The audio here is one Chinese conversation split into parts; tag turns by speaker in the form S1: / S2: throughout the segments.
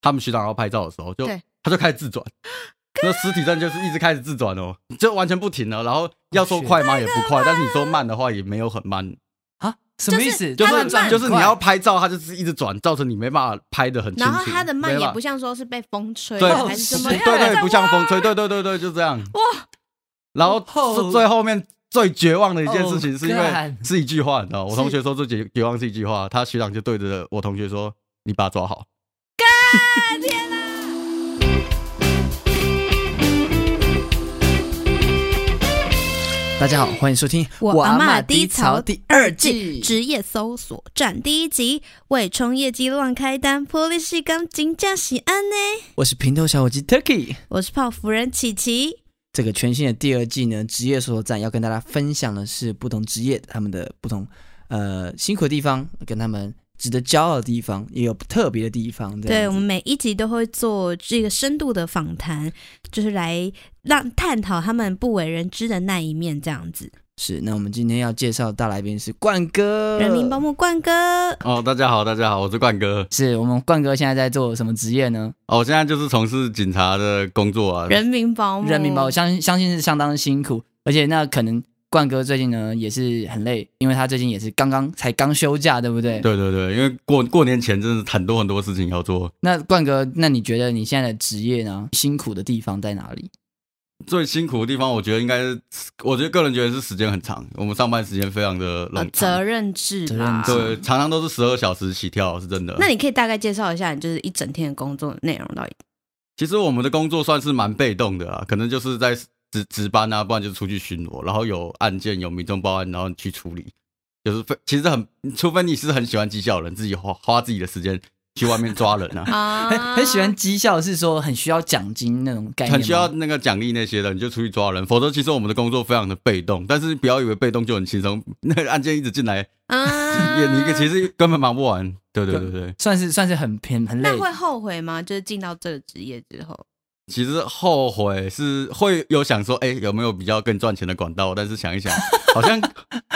S1: 他们学长要拍照的时候，就
S2: 对
S1: 他就开始自 转。那实体站就是一直开始自转哦，就完全不停了。然后要说快吗？也不快，但是你说慢的话也没有很慢，
S3: 啊，什么意思？
S1: 就
S2: 他
S3: 慢
S2: 们
S1: 是
S3: 转
S2: 慢
S1: 就是你
S3: 快
S1: 要拍照，它就是一直转，造成你没办法拍的很清楚。
S2: 然后它的
S1: 没
S2: 慢也
S1: 办法
S2: 不像说是被风吹
S1: 对
S2: 还是什么
S3: 是
S1: 对
S2: 样，
S1: 对，不像风吹，对对对对，就这样。哇！然后
S3: 哦
S1: 最最后面最绝望的一件事情，
S3: 哦
S1: 是因为
S3: 干
S1: 是一句话，你知道，我
S2: 是
S1: 同学说最绝绝望是一句话，他学长就对着我同学说：“你把他抓好。
S3: 大家好，欢迎收听《
S2: 我阿嬷低潮
S3: 第二
S2: 季
S3: 季。
S2: 职业搜索站第一集，为冲业绩乱开单，破例是钢筋加喜安呢。
S3: 我是平头小伙计 Turkey。
S2: 我是泡芙人琪琪，
S3: 这个全新的第二季呢，职业搜索站要跟大家分享的是不同职业他们的不同呃辛苦的地方，跟他们值得骄傲的地方，也有特别的地方。这
S2: 对
S3: 样
S2: 我
S3: 子
S2: 们每一集都会做这个深度的访谈，就是来让探讨他们不为人知的那一面，这样子。
S3: 是。那我们今天要介绍的大来宾是冠哥，
S2: 人民保姆冠哥”，
S1: 哦，大家好，大家好，我是冠哥。
S3: 是我们冠哥现在在做什么职业呢？
S1: 哦，我现在就是从事警察的工作啊。
S2: 人民保姆，呃
S3: 人民吧，我相信相信是相当辛苦，而且那可能冠哥最近呢也是很累，因为他最近也是刚刚才刚休假，对不对？。
S1: 对对对，因为过过年前真的是很多很多事情要做。
S3: 那冠哥，那你觉得你现在的职业呢，辛苦的地方在哪 里？
S1: 最辛苦的地方，我觉得应该是，我觉得个人觉得是时间很长，我们上班时间非常的
S2: 呃
S1: 冗
S2: 责
S1: 长，
S2: 任制
S3: 责
S2: 啦。
S3: 任制
S1: 对，常常都是十二小时起跳，是真的。
S2: 那你可以大概介绍一下你就是一整天的工作内容到底？
S1: 其实我们的工作算是蛮被动的啊，可能就是在值值班啊，不然就是出去巡逻，然后有案件有民众报案，然后你去处理，就是非其实很，除非你是很喜欢绩效的人，自己花花自己的时间去外面抓人啊，
S2: 啊
S3: 很喜欢绩效，是说很需要奖金那种概念吗，
S1: 很需要那个奖励那些的，你就出去抓人，否则其实我们的工作非常的被动，但是不要以为被动就很轻松，那个案件一直进来，
S2: 啊
S1: 也你其实根本忙不完，对对对对。
S3: 算是算是很偏很累
S2: 那。会后悔吗？就是进到这个职业之后，
S1: 其实后悔是会有想说，哎、有没有比较更赚钱的管道？但是想一想，好像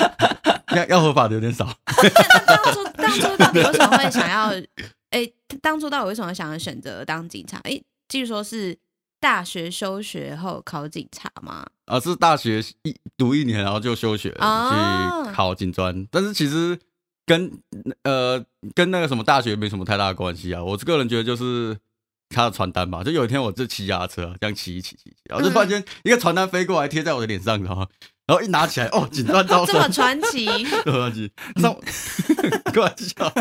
S1: 要要合法的有点少。
S2: 当初当初到底为什么会想要？哎、当初到底为什么想要选择当警察？哎、据说是大学休学后考警察吗？
S1: 而呃是大学一读一年，然后就休学
S2: 哦
S1: 去考警专，但是其实跟呃跟那个什么大学没什么太大的关系啊。我个人觉得就是他的传单吧，就有一天我就骑牙车这样骑一骑骑一骑，然后就
S2: 嗯
S1: 突然间一个传单飞过来贴在我的脸上，然后然后一拿起来，哦，警专招
S2: 这
S1: 生，
S2: 么传 奇，
S1: 对吧？警上 开玩笑。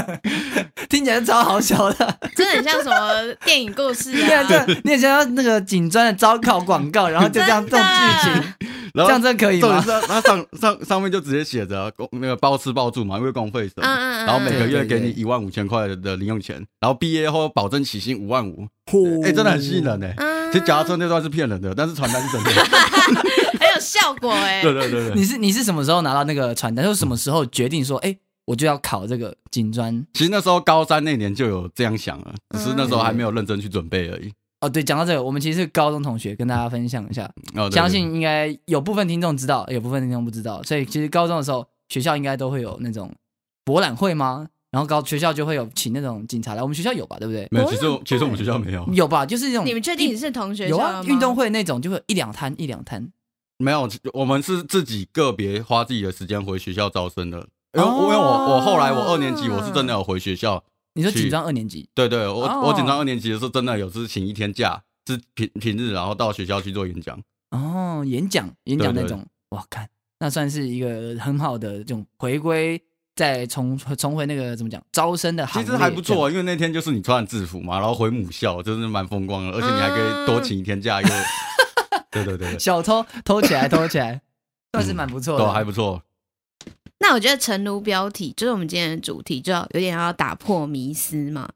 S3: 听起来超好 笑的，
S2: 真的很像什么电影故事
S3: 对啊，
S2: 啊？
S3: 对，你也想要 那个警专的招考广告，然后就这样这
S2: 真
S3: 种
S2: 的
S3: 剧情，
S1: 然
S3: 这
S1: 后
S3: 样真的可以
S1: 重点
S3: 吗
S1: 是？它它上 上上面就直接写着啊公那个包吃包住嘛，因为公费生，
S2: 嗯嗯嗯
S1: 然后每个
S3: 对
S1: 月
S3: 对
S1: 给
S3: 对
S1: 你一万五千块的零用钱，然后毕业后保证起薪五万五，
S3: 嚯
S1: 哎，真的很吸引人呢。
S2: 嗯
S1: 其实脚踏车那段是骗人的，但是传单是真的。
S2: 很有效果哎、
S1: 对对对对，
S3: 你是你是什么时候拿到那个传单？就是什么时候决定说，哎、我就要考这个警专？
S1: 其实那时候高三那年就有这样想了，只是那
S2: 嗯
S1: 时候还没有认真去准备而已。
S3: 哦，对，讲到这个，我们其实是高中同学，跟大家分享一下，
S1: 哦，对对
S3: 相信应该有部分听众知道，有部分听众不知道，所以其实高中的时候，学校应该都会有那种博览会吗？然后高学校就会有请那种警察来，我们学校有吧，对不对？
S1: 没有，其
S2: 哦
S1: 实我其实我们学校没
S2: 嗯
S1: 有，
S3: 有吧，就是那种
S2: 你们确定你是同学
S3: 有
S2: 校
S3: 啊
S2: 吗？，
S3: 运动会那种就会有一两摊一两摊，
S1: 没有，我们是自己个别花自己的时间回学校招生的。因为
S3: 哦
S1: 因为我我后来我二年级我是真的有回学校
S3: 你说
S1: 去
S3: 警专二年级，
S1: 对对，我、
S3: 哦
S1: 我紧张二年级的时候，真的有是请一天假，是平平日，然后到学校去做演讲。
S3: 哦，演讲演讲
S1: 对
S3: 那
S1: 对
S3: 种，哇，看那算是一个很好的这种回归，再重重回那个怎么讲招生的行
S1: 其
S3: 列，
S1: 实还不
S3: 这样
S1: 错，因为那天就是你穿制服嘛，然后回母校，真是蛮风光
S3: 嗯
S1: 的，而且你还可以多请一天假， 又对对对对，
S3: 小偷偷起来，偷起 来，算是蛮不错的。啊
S1: 都还不错。
S2: 那我觉得诚如标题，就是我们今天的主题，就要有点要打破迷思嘛。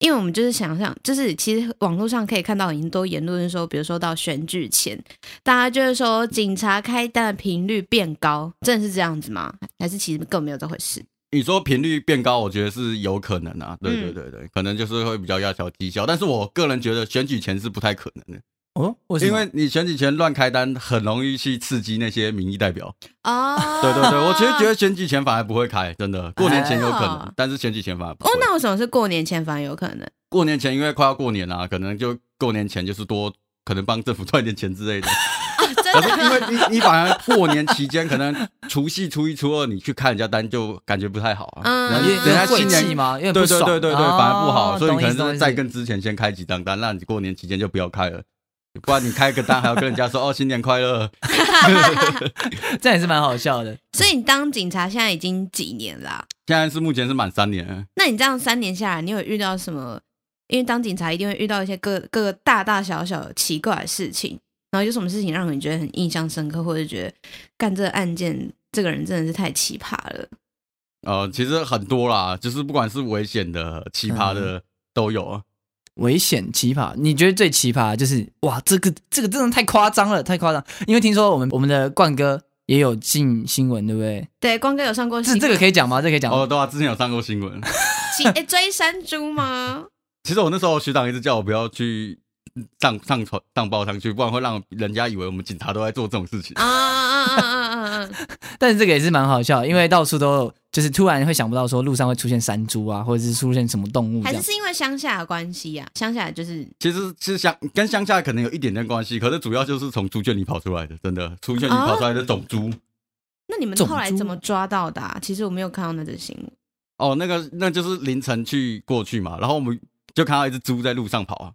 S2: 因为我们就是想象，就是其实网络上可以看到很多言论说，比如说到选举前，大家就是说警察开单的频率变高，真的是这样子吗？还是其实更没有这回事？
S1: 你说频率变高，我觉得是有可能啊，对对
S2: 嗯
S1: 对对，可能就是会比较要求绩效，但是我个人觉得选举前是不太可能的，
S3: 哦，为什么？
S1: 因为你选举前乱开单，很容易去刺激那些民意代表。
S3: 啊
S2: 哦，
S1: 对对对，我其实觉得选举前反而不会开，真的，过年前有可能
S3: 啊
S2: 哦，
S1: 但是选举前反而不
S2: 哦
S1: 会。，
S2: 那为什么是过年前反而有可 能？
S1: 过年前因为快要过年了、可能就过年前就是多。可能帮政府赚点钱之 类的，
S2: 真
S1: 可
S2: 的
S1: 是因为你你反而过年期间，可能除夕、初一、初二你去看人家单，就感觉不太好啊。
S2: 嗯
S1: 人
S3: 有
S1: 家
S3: 点
S1: 人家
S3: 有点
S1: 新
S3: 贵气
S1: 年
S3: 嘛，有点
S1: 对
S3: 不
S1: 对
S3: 爽
S1: 对对对，反而不好，
S3: 哦
S1: 所以你
S3: 懂
S1: 可
S3: 意
S1: 能
S3: 思懂
S1: 就
S3: 意
S1: 是
S3: 思
S1: 在跟之前先开几张单，那你过年期间就不要开了，不然你开个单还要跟人家说哦新年快乐，
S3: 这样也是蛮好笑的。
S2: 所以你当警察现在已经几年啊啦、
S1: 现在是目前是满三年了，
S2: 那你这样三年下来，你有遇到什么？因为当警察一定会遇到一些各各个大大小小奇怪的事情，然后有什么事情让你觉得很印象深刻，或者觉得干这个案件这个人真的是太奇葩了？
S1: 呃，其实很多啦，就是不管是危险的、奇葩
S3: 嗯
S1: 的都有。
S3: 危险奇葩，你觉得最奇葩就是哇，这个这个真的太夸张了，太夸张！因为听说我们我们的冠哥也有进新闻，对不对？
S2: 对，光哥有上过
S3: 这
S2: 新
S3: 这个可以讲吗？这个可以讲吗？
S1: 哦，对啊，之前有上过新闻。
S2: 新哎追山猪吗？
S1: 其实我那时候学长一直叫我不要去上上传上报上去，不然会让人家以为我们警察都在做这种事情。
S2: 啊啊啊啊啊啊！ 啊
S3: 但是这个也是蛮好笑，因为到处都有，就是突然会想不到说路上会出现山猪啊，或者是出现什么动物这
S2: 还是
S3: 样。
S2: 是因为乡下的关系呀、乡下就是
S1: 其实其实乡跟乡下可能有一点点关系，可是主要就是从猪圈里跑出来的，真的猪圈里跑出来的种猪。
S2: 那你们
S3: 种
S2: 后来
S3: 猪
S2: 怎么抓到的、啊？其实我没有看到那则新闻。
S1: 哦，那个那就是凌晨去过去嘛，然后我们就看到一只猪在路上跑啊，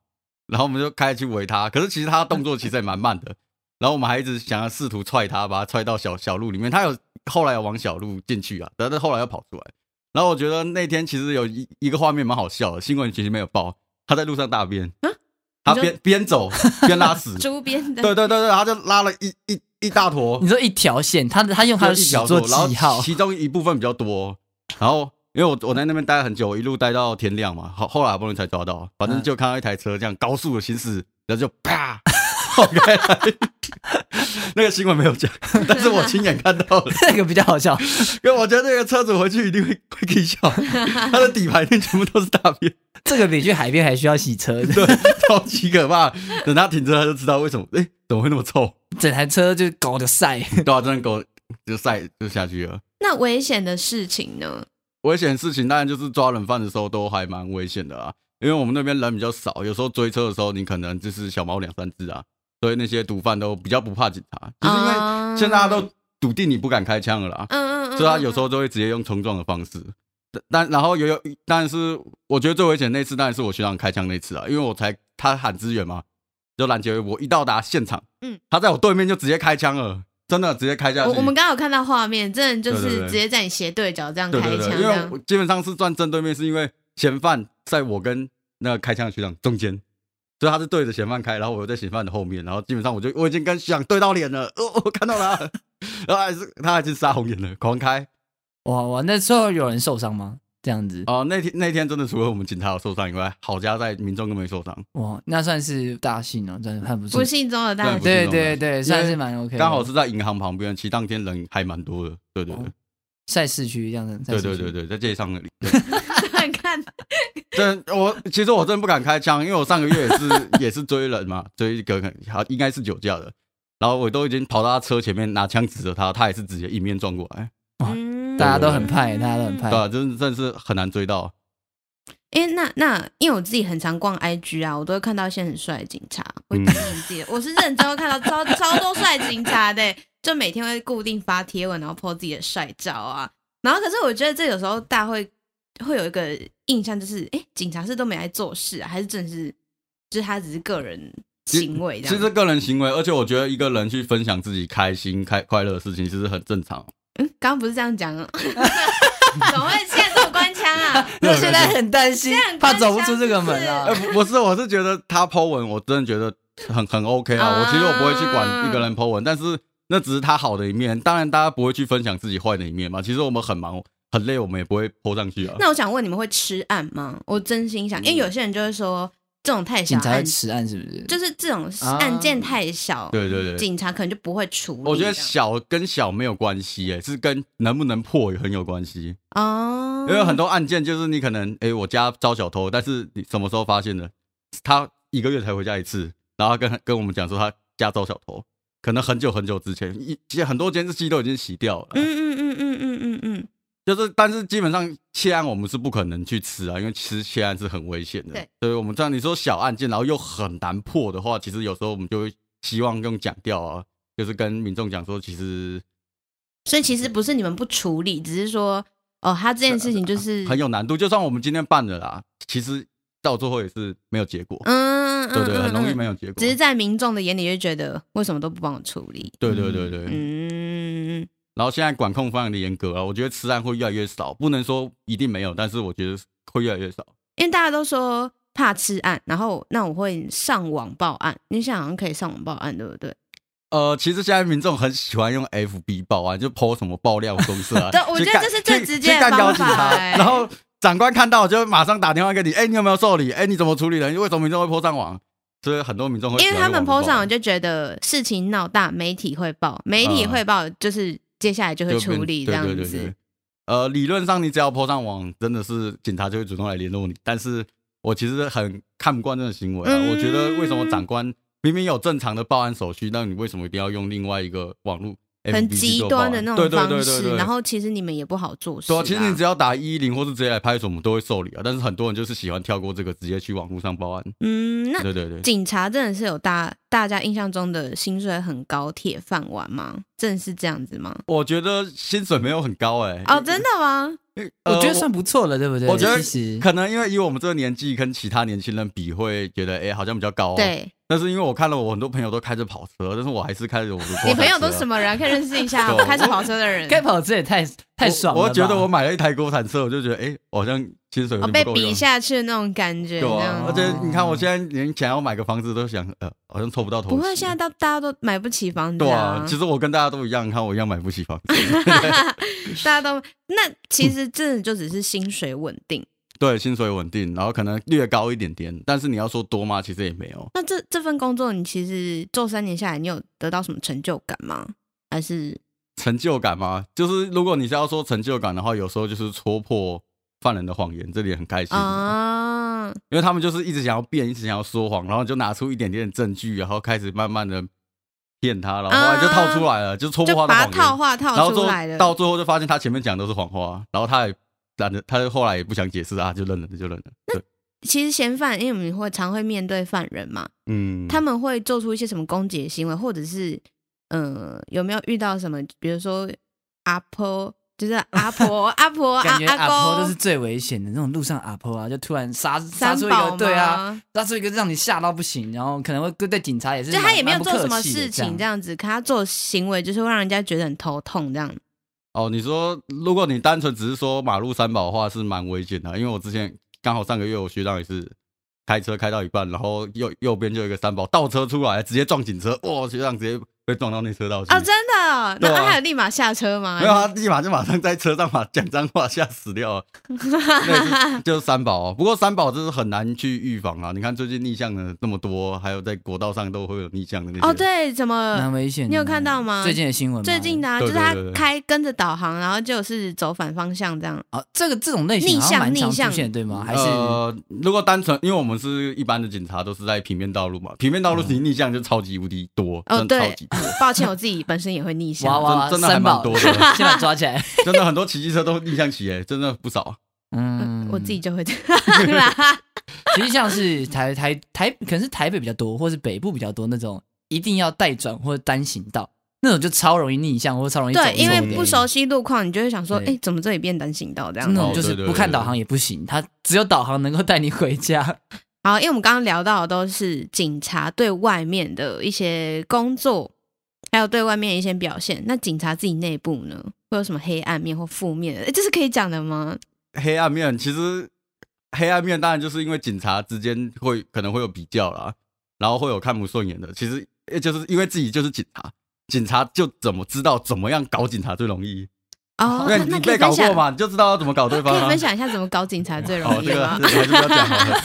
S1: 然后我们就开去围它，可是其实它动作其实也蛮慢的，然后我们还一直想要试图踹它，把它踹到小小路里面，它有后来有往小路进去啊，但是后来又跑出来，然后我觉得那天其实有一一个画面蛮好笑的，新闻其实没有报，它在路上大便，它
S2: 啊你说，
S1: 边边走边拉屎
S2: 周边的
S1: 对对对对，它就拉了一一一大 坨，
S3: 你说一条线，他他用他
S1: 它
S3: 的
S1: 一
S3: 屎
S1: 条
S3: 做
S1: 做，然后
S3: 记号，
S1: 其中一部分比较多，然后因为我我在那边待了很久，我一路待到天亮嘛，后后来好不容易才抓到，反正
S3: 嗯
S1: 就看到一台车这样高速的行驶，然后就啪跑开来，那个新闻没有讲，但是我亲眼看到了，
S3: 这个比较好笑。
S1: 因为我觉得那个车主回去一定会 会给笑，他的底盘里面全部都是大便，
S3: 这个比去海边还需要洗车，
S1: 对，超级可怕。等他停车，他就知道为什么，哎、怎么会那么臭？
S3: 整台车就搞得晒。
S1: 对啊，真的狗就晒就下去了。
S2: 那危险的事情呢？
S1: 危险的事情当然就是抓人犯的时候都还蛮危险的啊，因为我们那边人比较少，有时候追车的时候你可能就是小猫两三只啊，所以那些毒贩都比较不怕警察，就是因为
S2: 啊
S1: 现在大家都笃定你不敢开枪了啦，
S2: 嗯嗯嗯，
S1: 所以他有时
S2: 候
S1: 候就会直接用冲撞的方式。但但然后也有，但是我觉得最危险的那次当然是我学长开枪那次啊，因为我才他喊支援嘛，就拦截我一到达现场，
S2: 嗯，
S1: 他在我对面就直接开枪了，真的直接开下去。
S2: 我我们刚刚有看到画面，真的就
S1: 对对
S2: 是
S1: 对
S2: 直接在你斜对角这样
S1: 对
S2: 开
S1: 对
S2: 枪
S1: 对，因
S2: 这
S1: 为
S2: 样。
S1: 我基本上是站正对面，是因为嫌犯在我跟那个开枪的学长中间，所以他是对着嫌犯开，然后我又在嫌犯的后面，然后基本上我就我已经跟学长对到脸了，哦，我看到了， 然后还是他还是杀红眼了，狂开
S3: 哇哇，那时候有人受伤吗？这样子，
S1: 哦、那天那天真的除了我们警察有受伤以外，好家在民众都没受伤，
S3: 哇，那算是大幸哦，真的很不错
S2: 不。幸中的大
S1: 对不
S2: 幸。
S3: 对
S1: 是
S3: 对对，算
S1: 因
S3: 是
S1: 为
S3: 蛮 OK 的。
S1: 刚好是在银行旁边，其实当天人还蛮多的，对对
S3: 哦在市区这样子。
S1: 对，对对
S3: 对
S1: 对对，在街上那里。
S2: 看，
S1: 真我其实我真的不敢开枪，因为我上个月也是也是追人嘛， 追一个好应该是酒驾的，然后我都已经跑到他车前面拿枪指着他，他也是直接迎面撞过来，
S3: 哇
S2: 嗯
S3: 大家都很派大家都很派
S1: 对啊，真的真的是很难追到。
S2: 哎，那那因为我自己很常逛 IG 啊，我都会看到一些很帅的警察，会
S1: 嗯
S2: 看你自己的。我是认真会看到超超多帅的警察的，就每天会固定发贴文，然后 po 自己的帅照啊。然后可是我觉得这有时候大家会会有一个印象，就是哎，警察是都没来做事啊，还是真的是就是他只是个人
S1: 其
S2: 行为这
S1: 其
S2: 样
S1: 实个人行为，而且我觉得一个人去分享自己开心、开快乐的事情，其实很正常。
S2: 嗯，刚刚不是这样讲啊？ 怎么会现在这么官腔啊？
S3: 那现在很担心
S2: 现在，很
S3: 怕
S2: 关
S3: 走不
S2: 心啊
S3: 出这个门啊
S1: 呃，。不不是，我是觉得他 Po 文，我真的觉得很很 OK 啊。我其实我不会去管一个人 Po 文，但是那只是他好的一面，当然大家不会去分享自己坏的一面嘛。其实我们很忙很累，我们也不会 Po 上去啊。
S2: 那我想问，你们会吃案吗？我真心
S1: 嗯
S2: 想，因为有些人就会说这种太小
S3: 警察会
S2: 案，
S3: 迟案是不是？
S2: 就是这种案件太小，
S1: 啊对对对，
S2: 警察可能就不会处理这样。
S1: 我觉得小跟小没有关系，哎，是跟能不能破也很有关系。
S2: 哦
S1: 因，为很多案件就是你可能，哎，我家遭小偷，但是你什么时候发现的？他一个月才回家一次，然后他跟跟我们讲说他加州小偷，可能很久很久之前，一其实很多监视器都已经洗掉了，
S2: 嗯嗯嗯嗯嗯嗯嗯，
S1: 就是，但是基本上窃案我们是不可能去吃啊，因为吃窃案是很危险的。
S2: 对，
S1: 所以我们这样你说小案件，然后又很难破的话，其实有时候我们就会希望用讲调啊，就是跟民众讲说，其实
S2: 所以其实不是你们不处理，只是说哦，他这件事情就是
S1: 很有难度。就算我们今天办了啦，其实到最后也是没有结果，
S2: 嗯，嗯
S1: 对对，
S2: 嗯
S1: 很容易没
S2: 嗯
S1: 有结果
S2: 只。是在民众的眼里就觉得为什么都不帮我处理？
S1: 对对对对，
S2: 嗯，
S1: 然后现在管控非常的严格啊，我觉得吃案会越来越少，不能说一定没有，但是我觉得会越来越少。
S2: 因为大家都说怕吃案，然后那我会上网报案，你想好像可以上网报案，对不对？
S1: 呃，其实现在民众很喜欢用 FB 报案，就 PO 什么爆料公社啊
S2: 。对我觉得
S1: 去干
S2: 这是最
S1: 去
S2: 直接的
S1: 去干掉
S2: 方
S1: 警
S2: 法
S1: 察，
S2: 欸
S1: 然后长官看到就会马上打电话给你，哎、你有没有受理？哎、你怎么处理的？为什么民众会 PO 上网？所以很多民众会喜
S2: 因
S1: 欢
S2: 为
S1: 用
S2: 他
S1: 网络
S2: 们
S1: 报
S2: PO 上
S1: 案
S2: 网就觉得事情闹大，媒体会报，媒体会报就是接下来就会
S1: 嗯就
S2: 处
S1: 变
S2: 理这
S1: 对
S2: 样
S1: 对对对
S2: 子。
S1: 呃，理论上你只要 PO 上网，真的是警察就会主动来联络你。但是我其实很看不惯这种行为啊，
S2: 嗯
S1: 我觉得为什么长官明明有正常的报案手续，那你为什么一定要用另外一个网络 FB
S2: 很
S1: 去
S2: 极
S1: 做报
S2: 端
S1: 案
S2: 的那
S1: 对对
S2: 种
S1: 对
S2: 方
S1: 对对
S2: 式，然后其实你们也不好做事
S1: 对
S2: 啊。
S1: 啊，其实你只要打一一零或是直接来派出所，我们都会受理啊。但是很多人就是喜欢跳过这个，直接去网络上报案。
S2: 嗯，那
S1: 对对对，
S2: 警察真的是有大大家印象中的薪水很高、铁饭碗吗？真的是这样子吗？
S1: 我觉得薪水没有很高哎、
S2: 哦，真的吗？
S3: 我觉得
S1: 呃
S3: 算不错了，对不对？
S1: 我觉得
S3: 其实
S1: 可能因为以我们这个年纪跟其他年轻人比，会觉得哎、好像比较高、哦。。
S2: 对，
S1: 但是因为我看了我很多朋友都开着跑车，但是我还是开着我的 Corsa 车啊。
S2: 你朋友都什么人啊？可以认识一下
S1: 对我
S2: 开着跑车的 人。
S3: 开跑车也太太爽了
S1: 我？我觉得
S3: 吧
S1: 我买了一台国产车，我就觉得哎、我好像薪水有
S2: 哦，
S1: 点
S2: 被
S1: 不够用
S2: 比下去的那种感觉，
S1: 对
S2: 这
S1: 啊，
S2: 样哦
S1: 而
S2: 子
S1: 且你看，我现在连想要买个房子都想，呃，好像凑不到头期。
S2: 不会，现在到大家都买不起房子
S1: 对啊， 其实我跟大家都一样，你看我一样买不起房子。
S2: 大家都那其实真的就只是薪水稳定，
S1: 对，薪水稳定，然后可能略高一点点，但是你要说多吗？其实也没有。
S2: 那这这份工作你其实做三年下来，你有得到什么成就感吗？还是
S1: 成就感吗？就是如果你是要说成就感的话，有时候就是戳破犯人的谎言，这里也很开心、
S2: 啊？
S1: 因为他们就是一直想要变，一直想要说谎，然后就拿出一点点证据，然后开始慢慢的骗他，然后后来就套出来了，就戳
S2: 啊就
S1: 破
S2: 把
S1: 他
S2: 它
S1: 的
S2: 套
S1: 谎言。
S2: 话
S1: 然后
S2: 套
S1: 最
S2: 出
S1: 后
S2: 来了，
S1: 到最后就发现他前面讲的都是谎话，然后他也懒得，他后来也不想解释啊，就认了，就认了。对，
S2: 其实嫌犯，因为我们会常会面对犯人嘛，
S1: 嗯，
S2: 他们会做出一些什么攻击的行为，或者是呃，有没有遇到什么，比如说阿婆，就是 阿婆、阿婆、阿
S3: 感觉
S2: 啊阿
S3: 阿婆都
S2: 公
S3: 是、最危险的，那种路上阿婆啊，就突然杀杀
S2: 三
S3: 出一
S2: 宝
S3: 个，
S2: 吗
S3: 对啊，，杀出一个让你吓到不行，然后可能会对警察也是
S2: 就
S3: 蛮，
S2: 他也没有
S3: 蛮不
S2: 做什么
S3: 客气的
S2: 事
S3: 这
S2: 情
S3: 样
S2: 这样子，可他做行为就是会让人家觉得很头痛这样。
S1: 哦，你说如果你单纯只是说马路三宝的话，是蛮危险的，因为我之前刚好上个月我学长也是开车开到一半，然后右右边就有一个三宝倒车出来，直接撞警车，哇，学长直接被撞到内车道去。
S2: 哦，真的哦？那
S1: 对啊
S2: 他还有立马下车吗？
S1: 没有，啊他立马就马上在车上把讲脏话吓死掉 了，那也是就是三宝、哦。不过三宝这是很难去预防啊！你看最近逆向的这么多，还有在国道上都会有逆向的那些。
S2: 哦，对，怎
S3: 蛮
S2: 么
S3: 危险的。
S2: 你有看到吗
S3: 最近的新闻吗，
S2: 最近的、啊、
S1: 对
S2: 就
S1: 对
S2: 是他
S1: 对对
S2: 开跟着导航，然后就是走反方向这样。
S3: 啊，这个这种类型
S2: 逆
S3: 好像
S2: 向
S3: 蛮常
S2: 逆向
S3: 出现，对吗？还是
S1: 呃，如果单纯因为我们是一般的警察，都是在平面道路嘛，平面道
S3: 嗯
S1: 路你逆向就超级无敌多，
S2: 哦
S1: 真的
S2: 对
S1: 超级多，
S2: 抱歉，我自己本身也会逆向。
S3: 哇哇哇，
S1: 真真的还
S3: 三宝
S1: 蛮多的
S3: 先把它抓起 来。
S1: 真的很多骑机车都逆向骑，哎，真的不少。
S3: 嗯，
S2: 我自己就会这 样啦。
S3: 其实像是台台台，可能是台北比较多，或是北部比较多那种，一定要带转或者单行道那种，就超容易逆向，或超容易走
S2: 对，因为
S3: 错的
S2: 不熟悉路况，你就会想说，
S3: 对
S2: 哎，怎么这里变单行道这样
S3: 真？
S1: 哦
S3: 的就
S1: 对
S3: 是
S1: 对
S3: 不看
S1: 对
S3: 导
S1: 对
S3: 航也不行，它只有导航能够带你回 家。
S2: 好，因为我们刚刚聊到的都是警察对外面的一些工作，还有对外面的一些表现。那警察自己内部呢，会有什么黑暗面或负面的？诶这是可以讲的吗？
S1: 黑暗面其实黑暗面当然就是因为警察之间会可能会有比较啦，然后会有看不顺眼的，其实也就是因为自己就是警察。警察就怎么知道怎么样搞警察最容易？
S2: 哦
S1: 因，为
S2: 那
S1: 你
S2: 那可
S1: 被
S2: 以分
S1: 搞过
S2: 享，
S1: 嘛，你就知道要怎么搞对方、
S2: 可
S1: 啊。
S2: 以分享一下怎么搞警察最
S1: 哦
S2: 容，易
S1: 这个
S2: 吗？
S1: 这个还是不要讲好了。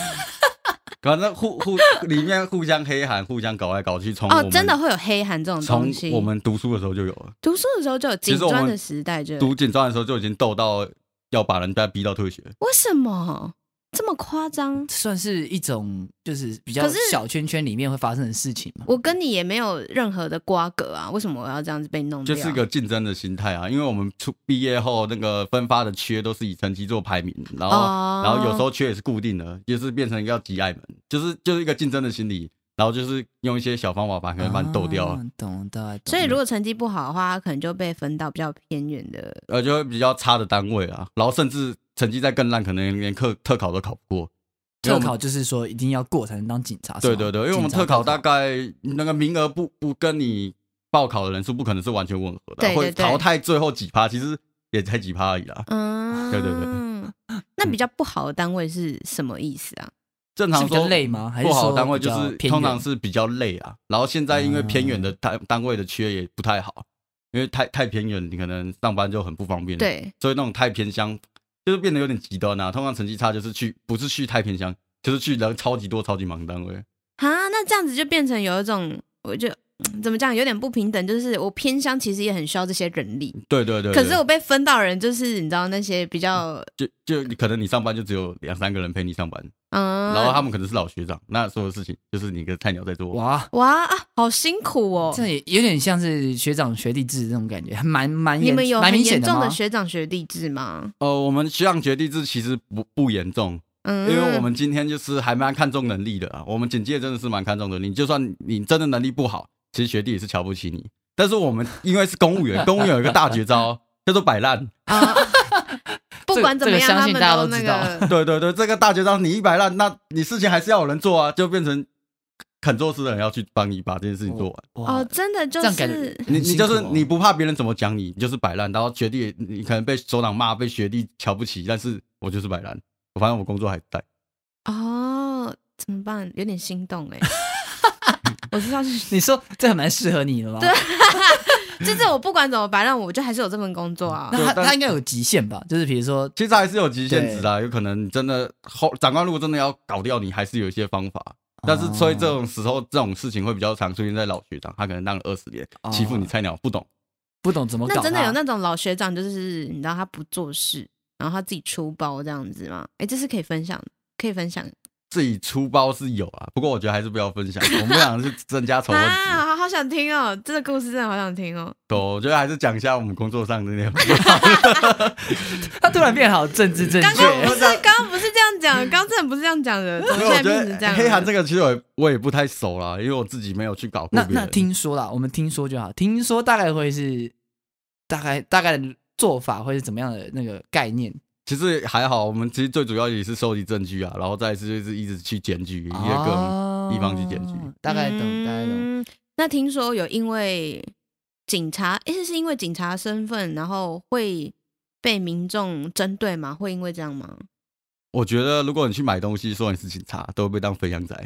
S1: 反正互互里面互相黑喊，互相搞来搞去，从我
S2: 哦，
S1: 们
S2: 真的会有黑函这种
S1: 从
S2: 东西。
S1: 我们读书的时候就有了，
S2: 读书的时候就有
S1: 其
S2: 警
S1: 实我们
S2: 专的时代就有，
S1: 读警专的时候就已经斗到要把人家逼到退学。
S2: 为什么？这么夸张？
S3: 算是一种就是比较
S2: 可是
S3: 小圈圈里面会发生的事情嘛。
S2: 我跟你也没有任何的瓜葛啊，为什么我要这样子被弄掉？啊
S1: 就是一个竞争的心态啊，因为我们出毕业后那个分发的缺都是以成绩做排名，然后、
S2: 哦
S1: 然后有时候缺也是固定的，就是变成一个挤爱门，就是就是一个竞争的心理，然后就是用一些小方法把可能把你斗掉，
S3: 啊懂的。懂
S2: 所以如果成绩不好的话，可能就被分到比较偏远的。
S1: 呃，就会比较差的单位啊，然后甚至成绩再更烂，可能连特特考都考不过。因为
S3: 特
S1: 我们
S3: 考就是说一定要过才能当警察，
S1: 对
S3: 是吗
S1: 对对，因为我们
S3: 警察
S1: 特考大概那个名额不不跟你报考的人数不可能是完全吻合的啊，
S2: 对对
S1: 会
S2: 对
S1: 淘汰最后几趴，其实也才几趴而已啦。
S2: 嗯，
S1: 对对
S2: 对。 那
S3: 嗯
S2: 比较不好的单位是什么意思啊？
S1: 正
S3: 是
S1: 常
S3: 比较
S1: 说
S3: 累吗？还是
S1: 不好
S3: 说
S1: 的单位就
S3: 比较
S1: 是
S3: 偏
S1: 通
S3: 远哦
S1: 常是比较累啊，然后现在因为偏远的单单位的缺也不太好，因为太太偏远，你可能上班就很不方便。，
S2: 对，
S1: 所以那种太偏乡就是变得有点极端啊。通常成绩差就是去不是去太偏乡，就是去人超级多超级忙的单位。
S2: 啊，那这样子就变成有一种，我就嗯怎么讲，有点不平等。就是我偏乡其实也很需要这些人力，
S1: 对对对
S2: 可是我被分到的人就是你知道那些比较
S1: 就就你可能你上班就只有两三个人陪你上班，
S2: 嗯，
S1: 然后他们可能是老学长，那所有事情就是你跟菜鸟在做。
S3: 哇，
S2: 哇啊，好辛苦哦。
S3: 这也有点像是学长学弟制这种感觉，还蛮蛮
S2: 你
S3: 严
S2: 们有
S3: 蛮
S2: 很
S3: 明
S2: 严
S3: 显
S2: 重
S3: 吗
S2: 的？学长学弟制吗？
S1: 呃，我们学长学弟制其实不不严重，因
S2: 嗯，
S1: 为我们今天就是还蛮看重能力的啊，我们警界真的是蛮看重能力。你就算你真的能力不好，其实学弟也是瞧不起你。但是我们因为是公务员，公务员有一个大绝招叫做摆烂。
S2: 啊，不管怎么样，
S3: 这个
S2: 他
S3: 相信
S2: 们
S3: 大家都
S2: 那
S3: 知道
S2: 个，
S1: 对对对，这个大绝招你一摆烂，那你事情还是要有人做啊，就变成肯做事的人要去帮你把这件事情做完。
S3: 哇
S2: 哦，，真的就
S3: 这样感
S2: 是
S3: 觉。
S1: 你
S3: 很
S1: 你
S3: 辛
S1: 就
S3: 苦
S1: 是
S3: 哦
S1: 你不怕别人怎么讲你，你就是摆烂。然后学弟你可能被首长骂，被学弟瞧不起，但是我就是摆烂，我发现我工作还在。
S2: 哦，怎么办？有点心动 哎、我知道是，
S3: 你说这还蛮适合你的吗？对，
S2: 就是我不管怎么摆烂，我就还是有这份工作啊。
S3: 那他
S1: 对
S3: 他应该有极限吧？就是比如说
S1: 其实还是有极限值啊，有可能你真的后长官如果真的要搞掉你，还是有一些方法。但
S3: 哦
S1: 是所以这种时候，这种事情会比较常出现在老学长，他可能当了二十年，
S3: 哦
S1: 欺负你菜鸟不懂，
S3: 不懂怎么搞
S2: 那
S3: 他，
S2: 真的有那种老学长，就是你知道他不做事，然后他自己出包这样子吗？哎、这是可以分享，可以分享
S1: 自己出包是有啊。不过我觉得还是不要分享，我们不想去增加仇恨值。
S2: 啊！好好想听哦，这个故事真的好想听哦。
S1: 对，我觉得还是讲一下我们工作上的那种。
S3: 他突然变好政治正
S2: 刚
S3: 确
S2: 刚，不是，刚刚不是这样讲，刚刚真的不是这样讲的，怎么
S1: 因为
S2: 现在
S1: 我觉
S2: 变成这
S1: 得
S2: 样？
S1: 黑韩这个其实我也我也不太熟啦，因为我自己没有去搞过
S3: 那
S1: 别
S3: 那
S1: 人。
S3: 听说啦，我们听说就好。听说大概会是大概大概的做法会是怎么样的那个概念？
S1: 其实还好，我们其实最主要也是收集证据啊，然后再是就是一直去检举，一些更地方去检举
S3: 哦大概懂，大概懂。
S2: 嗯那听说有因为警察，诶，是因为警察身份，然后会被民众针对吗？会因为这样吗？
S1: 我觉得如果你去买东西说你是警察，都会被当肥羊仔。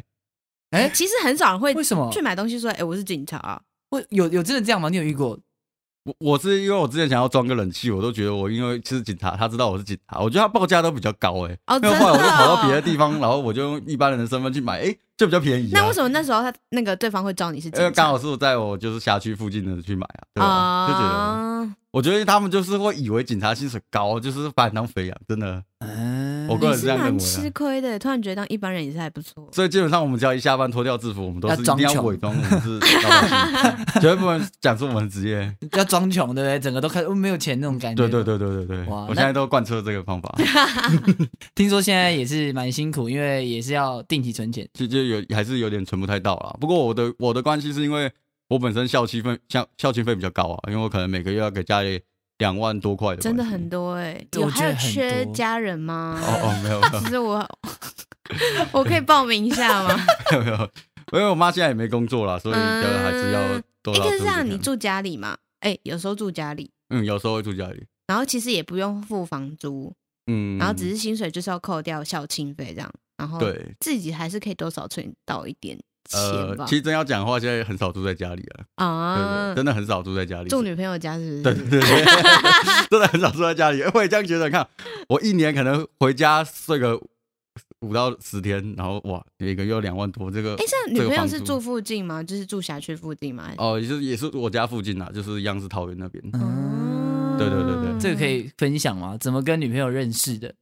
S3: 哎，
S2: 其实很少人会
S3: 为什么
S2: 去？买东西说，诶，我是警察、啊
S3: 会有有真的这样吗？你有遇过？
S1: 我我是因为我之前想要装个冷气，我都觉得我因为是警察，他知道我是警察，我觉得他报价都比较高哎、欸。
S2: 哦
S1: 因为
S2: 真
S1: 后来我
S2: 的
S1: 就
S2: 哦
S1: 跑到别的地方，然后我就用一般人的身份去买，哎、就比较便宜、啊。
S2: 那为什么那时候他那个对方会找你是
S1: 因为
S2: 警
S1: 呃刚
S2: 察？
S1: 好是我在我就是辖区附近的去买啊，对吧、就觉得，
S2: 啊，
S1: 我觉得他们就是会以为警察薪水高，就是把你当肥羊，真的。
S3: 嗯，
S1: 我个
S2: 你
S1: 人这
S2: 是
S1: 样认
S2: 蛮
S1: 为啊
S2: 吃亏的。突然觉得当一般人也是还不错。
S1: 所以基本上我们只要一下班脱掉制服，我们都是一定
S3: 要
S1: 要
S3: 装穷
S1: 伪装我们是老百 姓，绝对不能讲出我们的职业。
S3: 要装穷，对不对？整个都开始、哦没有钱那种感觉。
S1: 对对。对对对对，
S3: 哇
S1: 我
S3: 那
S1: 现在都贯彻这个方 法，
S3: 听说现在也是蛮辛苦，因为也是要定期存钱。
S1: 就就有还是有点存不太到啦。不过我的我的关系是因为我本身校期费校校期费比较高啊，因为我可能每个月要给家里两万多块的关
S2: 真
S1: 系，
S2: 的很多哎、
S3: 我
S2: 有
S3: 觉
S2: 还有
S3: 得很
S2: 缺
S3: 多
S2: 家人吗？
S1: 哦哦没有没有
S2: 其实我 我可以报名一下吗？
S1: 没有 没有，因为我妈现在也没工作啦，所以 就还是要
S2: 嗯
S1: 多
S2: 一
S1: 少存
S2: 个是
S1: 一
S2: 这样，你
S1: 点
S2: 住家里嘛？哎、有时候住家里，
S1: 嗯有时候会住家里，
S2: 然后其实也不用付房租，
S1: 嗯，
S2: 然后只是薪水就是要扣掉校庆费这样，然后
S1: 对
S2: 自己还是可以多少存到一点钱
S1: 呃
S2: 吧，
S1: 其。实真要讲的话，现在很少住在家里了。对对
S2: 啊
S1: 对，真的很少住在家里，
S2: 住女朋友家是不
S1: 对
S2: 是？
S1: 对对对， 真的很少住在家里。我也这样觉得，你看我一年可能回家睡个五到十天，然后哇，一个月两万多，这个
S2: 哎，像女
S1: 这个
S2: 朋友
S1: 房
S2: 是
S1: 租
S2: 住附近吗？就是住辖区附近吗？
S1: 哦，也是也是我家附近啊，就是央视桃园那边。
S3: 嗯，
S2: 哦
S1: 对对对对
S3: 这个可以分享吗？怎么跟女朋友认识的？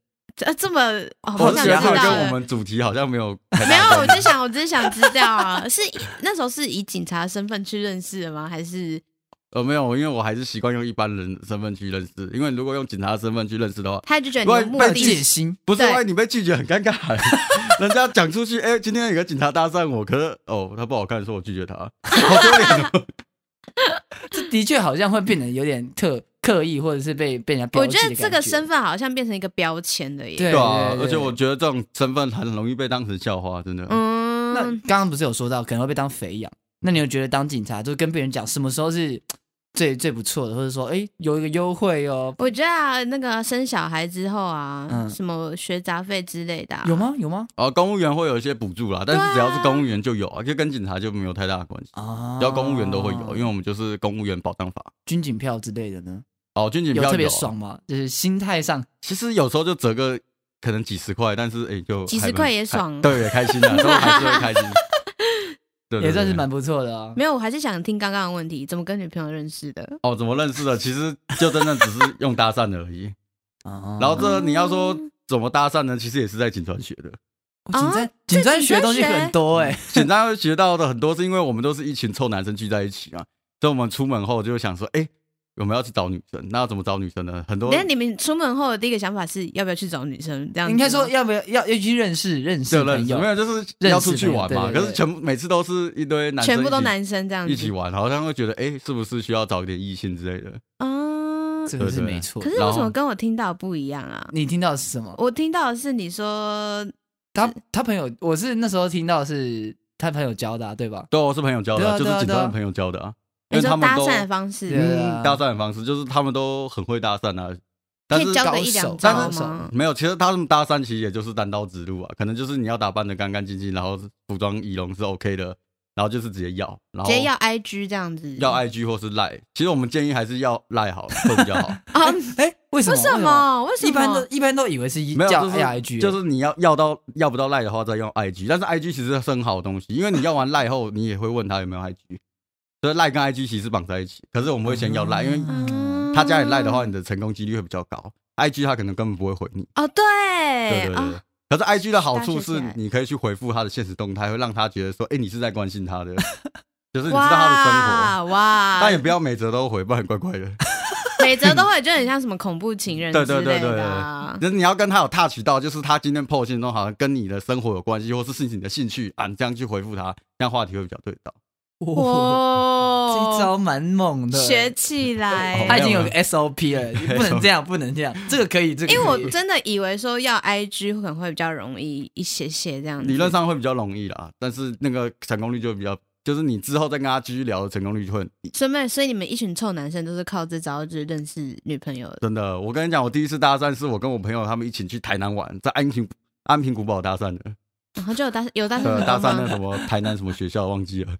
S2: 呃，这么哦，
S1: 我
S2: 好
S1: 是觉
S2: 想知
S1: 得
S2: 道
S1: 他跟我
S2: 了。
S1: 们主题好像没有太
S2: 没
S1: 大
S2: 有，
S1: 关
S2: 我
S1: 系
S2: 就想，我只是想知道啊，是以那时候是以警察身份去认识的吗？还是
S1: 呃没有，因为我还是习惯用一般人身份去认识，因为如果用警察身份去认识的话，
S2: 他就觉得你的目
S1: 不然被
S2: 的
S3: 戒心，
S1: 不是，
S2: 对
S1: 万一你被拒绝很 尴尬，人家讲出去，哎、今天有个警察搭讪我，可是哦，他不好看，说我拒绝他，好丢脸哦。
S3: 这的确好像会变得有点特刻意，或者是被被人家标
S2: 我
S3: 记的
S2: 觉得这个
S3: 感觉
S2: 身份好像变成一个标签了耶。
S3: 对
S1: 对啊，
S3: 对
S1: 而且我觉得这种身份很容易被当成笑话，真的。
S2: 嗯，
S3: 那刚刚不是有说到可能会被当肥羊？那你有觉得当警察就跟别人讲什么时候是最最不错的，或者说哎、诶有一个优惠哦？
S2: 我觉得、啊、那个生小孩之后啊，
S3: 嗯
S2: 什么学杂费之类的、啊，
S3: 有？吗？有吗？
S1: 啊，公务员会有一些补助啦，但
S2: 对啊
S1: 是只要是公务员就有啊，就跟警察就没有太大的关系。
S3: 啊，
S1: 只要公务员都会有，因为我们就是公务员保障法。
S3: 军警票之类的呢，
S1: 哦，军警
S3: 有
S1: 票
S3: 特别
S1: 啊
S3: 爽吗？就是心态上，
S1: 其实有时候就折个可能几十块，但是哎、就
S2: 几十
S1: 还蛮
S2: 块也爽
S1: 还对，也开 心啊，都还是会开心。对
S3: 也算是。
S1: 对对
S3: 蛮不错的啊。
S2: 没有，我还是想听刚刚的问题，怎么跟女朋友认识的？
S1: 哦，怎么认识的？其实就真的只是用搭讪而 已。
S3: 啊
S1: 然后这你要说
S3: 嗯
S1: 怎么搭讪呢？其实也是在警专学的。
S3: 哦警专
S2: 啊
S3: 警专
S2: 这
S3: 学的东西
S2: 警专学
S3: 很多哎，
S1: 简单会学到的很多，是因为我们都是一群臭男生聚在一起嘛，所以我们出门后就会想说，哎、我们要去找女生，那要怎么找女生呢？很多
S2: 等一下你们出门后的第一个想法是要不要去找女生？这样子
S3: 应该说
S2: 吗
S3: 要不要要要去认识认识
S1: 就嗯认
S3: 朋
S1: 识
S3: 友
S1: 没？有，就是要出去玩嘛。
S3: 认识朋友对对对
S1: 可是全部每次都是一堆男生一起，
S2: 全部都男生这样子
S1: 一起玩，好像会觉得，哎、是不是需要找一点异性之类的？
S2: 啊。
S3: 这个是
S1: 对对
S3: 没错
S2: 可。是
S1: 然
S2: 为
S1: 后
S2: 什么跟我听到不一样啊？
S3: 你听到的是什么？
S2: 我听到的是你说
S3: 他他朋友，我是那时候听到是他朋友教的啊，对吧？
S1: 对、啊，我是朋友教的啊，就
S3: 对啊
S1: 是
S3: 对啊
S1: 警
S3: 对啊
S1: 察朋友教的啊，因
S2: 你
S1: 为
S2: 说
S1: 他们
S2: 搭
S1: 都
S2: 讪的方式
S3: 对，啊
S1: 嗯搭讪的方式，就是他们都很会搭讪啊。
S2: 可
S1: 但是
S2: 以教
S3: 高
S2: 个一两
S3: 手
S2: 招
S3: 高手
S2: 吗？
S1: 没有，其实他们搭讪其实也就是单刀直入啊，可能就是你要打扮的干干净净，然后服装仪容是 OK 的，然后就是直接要，然
S2: 直
S1: 后
S2: 接要嗯 IG 这样子，
S1: 要 IG 或是赖。其实我们建议还是要赖好会比较 好，
S2: 啊？
S3: 哎，为什
S2: 为
S3: 么？
S2: 什？么？为什么？
S3: 一般都一般都以为是
S1: 没有
S3: 叫
S1: 就是
S3: I G，
S1: 就是你要要到要不到赖的话再用 IG，但是 IG 其实是很好的东西，因为你要完赖后，你也会问他有没有 IG，所以赖跟 IG 其实绑在一起，可是我们会先要赖，因为
S2: 嗯
S1: 他加你赖的话，你的成功几率会比较高，IG 他可能根本不会回你。
S2: 哦，
S1: 对对
S2: 对
S1: 对。
S2: 啊，
S1: 可是 I G 的好处
S2: 大学
S1: 是
S2: 起来，
S1: 你可以去回复他的现实动态，会让他觉得说，哎、你是在关心 他的，就是你知道他的生活，
S2: 哇哇，
S1: 但也不要每则都回，不然很怪怪的。
S2: 每则都会就很像什么恐怖情人
S1: 对
S2: 之
S1: 对对
S2: 类
S1: 对
S2: 的
S1: 对，
S2: 啊。
S1: 就是你要跟他有 touch 到，就是他今天 po 信中好像跟你的生活有关系，或是是你的兴趣啊，你这样去回复他，这样话题会比较对到。
S3: 哇，这一
S2: 哦，
S3: 招蛮猛的，
S2: 学起来
S1: 哦。
S3: 他已经有个 SOP 了，不能这样，不能这样，这个可以，这个
S2: 因为
S3: 可
S2: 哎我
S3: 以
S2: 真的以为说要 IG 可能会比较容易一些些这样子，
S1: 理论上会比较容易啦，但是那个成功率就比较，就是你之后再跟他继续聊的成功率就会很低。
S2: 所以所以你们一群臭男生都是靠这招就是认识女朋友的。
S1: 真的，我跟你讲，我第一次搭讪是我跟我朋友他们一起去台南玩，在安平安平古堡搭讪的。
S2: 然哦后就有搭有 搭讪
S1: 呃，
S2: 成
S1: 搭
S2: 功
S1: 讪那
S2: 吗？
S1: 什么台南什么学校忘记了，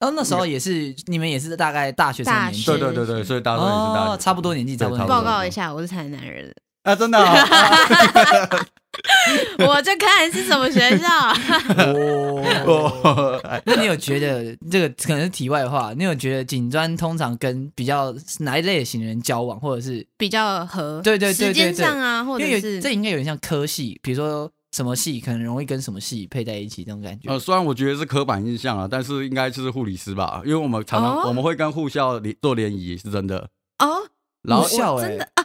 S3: 然后那时候也是你们也是大概大学生年 纪，
S1: 对对对对，所以搭讪也是搭
S3: 哦，差不多年纪，
S1: 对
S3: 差不
S1: 差
S3: 多
S1: 不多
S2: 报告一下，我是台南人，
S1: 啊，真的 啊，
S2: 我就看是什么学校。
S3: 哦。
S1: 哦，哎
S3: 那你有觉得这个可能是题外话？你有觉得警专通常跟比较哪一类型的人交往，或者是
S2: 比较合，
S3: 对对对对
S2: 时间上啊，或者
S3: 因为有
S2: 是
S3: 这应该有点像科系，比如说什么系可能容易跟什么系配在一起这种感觉
S1: 呃，。虽然我觉得是刻板印象啊，但是应该就是护理师吧，因为我们常常
S2: 哦
S1: 我们会跟护校联做联谊，是真的。
S2: 哦，
S1: 然后
S3: 护校
S2: 我
S3: 欸
S2: 真的啊，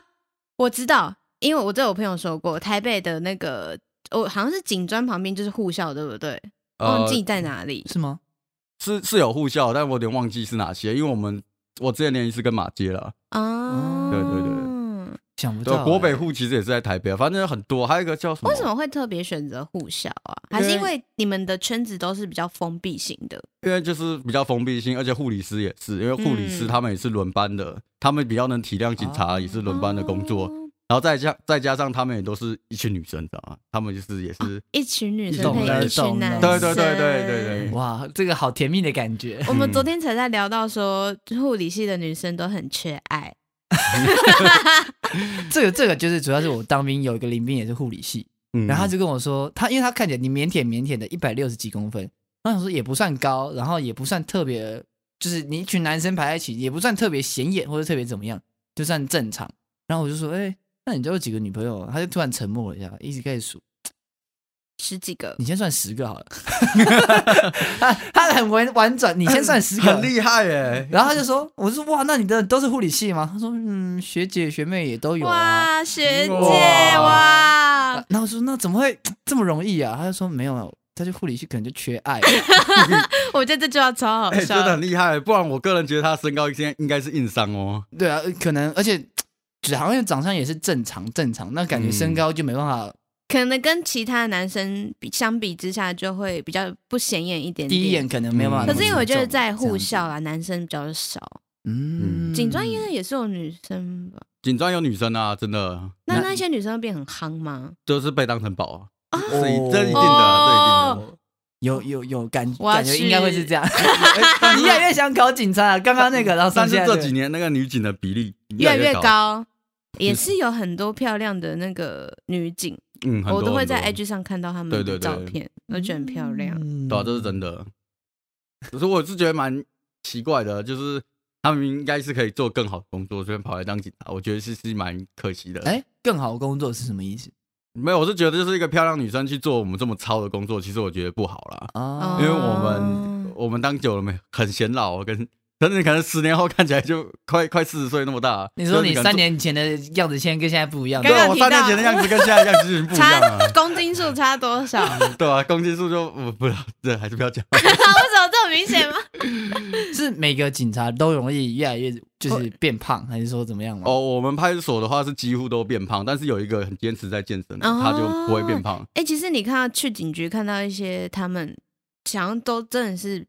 S2: 我知道，因为我对我朋友说过，台北的那个我好像是警专旁边就是护校，对不对？忘
S1: 呃，
S2: 记在哪里
S3: 欸是吗？
S1: 是是有护校，但我有点忘记是哪些，因为我们我之前联谊是跟马街了，
S2: 啊？
S1: 嗯对对
S2: 对。
S3: 想不
S1: 对
S3: 到欸，，
S1: 国北护其实也是在台北啊，反正有很多，还有一个叫什么？
S2: 为什么会特别选择护校啊？还是因为你们的圈子都是比较封闭型的？
S1: 因为就是比较封闭性，而且护理师也是，因为护理师
S2: 嗯
S1: 他们也是轮班的，他们比较能体谅警察
S3: 哦
S1: 也是轮班的工作，
S2: 哦
S1: 然后再加再加上他们也都是一群女生，知道吗？他们就是也是，
S2: 一群女生
S3: 懂了
S2: 配一群
S3: 懂了
S2: 男
S1: 对
S2: 生，
S1: 对对对
S2: 嗯
S1: 对嗯对。
S3: 哇，这个好甜蜜的感觉。
S2: 我们昨天才在聊到说，护理系的女生都很缺爱，
S3: 这个这个就是主要是我当兵有一个林兵也是护理系，
S1: 嗯
S3: 然后他 就跟我说，他因为他看起来你腼腆腼腆的，一百六十几公分，然后想说也不算高，然后也不算特别，就是你一群男生排在一起也不算特别显眼或者特别怎么样，就算正常。然后我就说，哎、那你交过几个女朋友？他就突然沉默了一下，一直开始数。
S2: 十几个，
S3: 你先算十个好了。他他很婉婉转，你先算十个。
S1: 很厉害耶！
S3: 然后他就说：“我说哇，那你的都是护理系吗？”他说：“嗯，学姐学妹也都有啊。
S2: 哇，学姐
S3: 哇
S2: 哇”，
S3: 然后我说：“那怎么会这么容易啊？”他就说：“没有啊，他去护理系可能就缺 爱。
S2: 我觉得这句话超好
S1: 哎、
S2: 笑
S1: 真的很厉害，不然我个人觉得他身高现在应该是硬伤哦。”
S3: 对啊，可能而且只好像长相也是正常正常，那感觉身高就没办法
S2: 可能跟其他男生比相比之下，就会比较不显眼一点点。
S3: 第一眼可能没有办法
S1: 嗯
S3: 那
S2: 可
S3: 么注重。
S2: 是因为我觉得在护
S3: 这样
S2: 校啦，男生比较少，
S3: 子，嗯，
S2: 警专应该也是有女生吧？
S1: 警专有女生啊，真的
S2: 那
S3: 那
S2: 那些女生会变很夯吗？
S1: 就是被当成宝啊，是
S3: 哦
S1: 这一定啊的，这一
S2: 哦
S1: 定的。
S3: 有有有感
S2: 我要
S3: 感觉应该会是 这样。
S1: 哎但
S3: 你
S1: 是
S3: 越来越想搞警察啊！刚刚那个，然后
S1: 但
S3: 上
S1: 是
S3: 现在
S1: 这
S3: 个
S1: 几年那个女警的比例
S2: 越来
S1: 越
S2: 越，高，也是有很多漂亮的那个女警，
S1: 嗯，很多
S2: 我都会在
S1: 很多
S2: IG 上看到她
S1: 对
S2: 们
S1: 对对
S2: 的照片，我觉得很漂亮。
S3: 嗯
S1: 对啊，这是真的。可是我是觉得蛮奇怪的，就是他们应该是可以做更好的工作，所以跑来当警察，我觉得是是蛮可惜的。
S3: 哎、更好工作是什么意思
S1: 没有，我是觉得就是一个漂亮女生去做我们这么糙的工作，其实我觉得不好啦，
S3: 啊？
S1: 因为我
S2: 哦
S1: 们我们当久了没很显老，跟但是你可能十年后看起来就快快四十岁那么大。
S3: 你说
S1: 就是
S3: 你
S1: 可能
S3: 三年前的样子，现在跟现在不一样，
S2: 刚
S1: 对
S2: 刚
S1: 啊，
S2: 有
S1: 我
S2: 提到
S1: 三年前的样子跟现在的样子已经不一样 啊
S2: 差
S1: 了，
S2: 公斤数差多少？ 为
S1: 对啊，公斤数就我不知道，对，还是不要讲。
S2: 什么这么明显吗？
S3: 是每个警察都容易越来越就是变胖，还是说怎么样吗？
S1: 哦，我们派出所的话是几乎都变胖，但是有一个很坚持在健身的，
S2: 哦
S1: 他就不会变胖。
S2: 哎、其实你看到去警局看到一些他们，想像都真的是，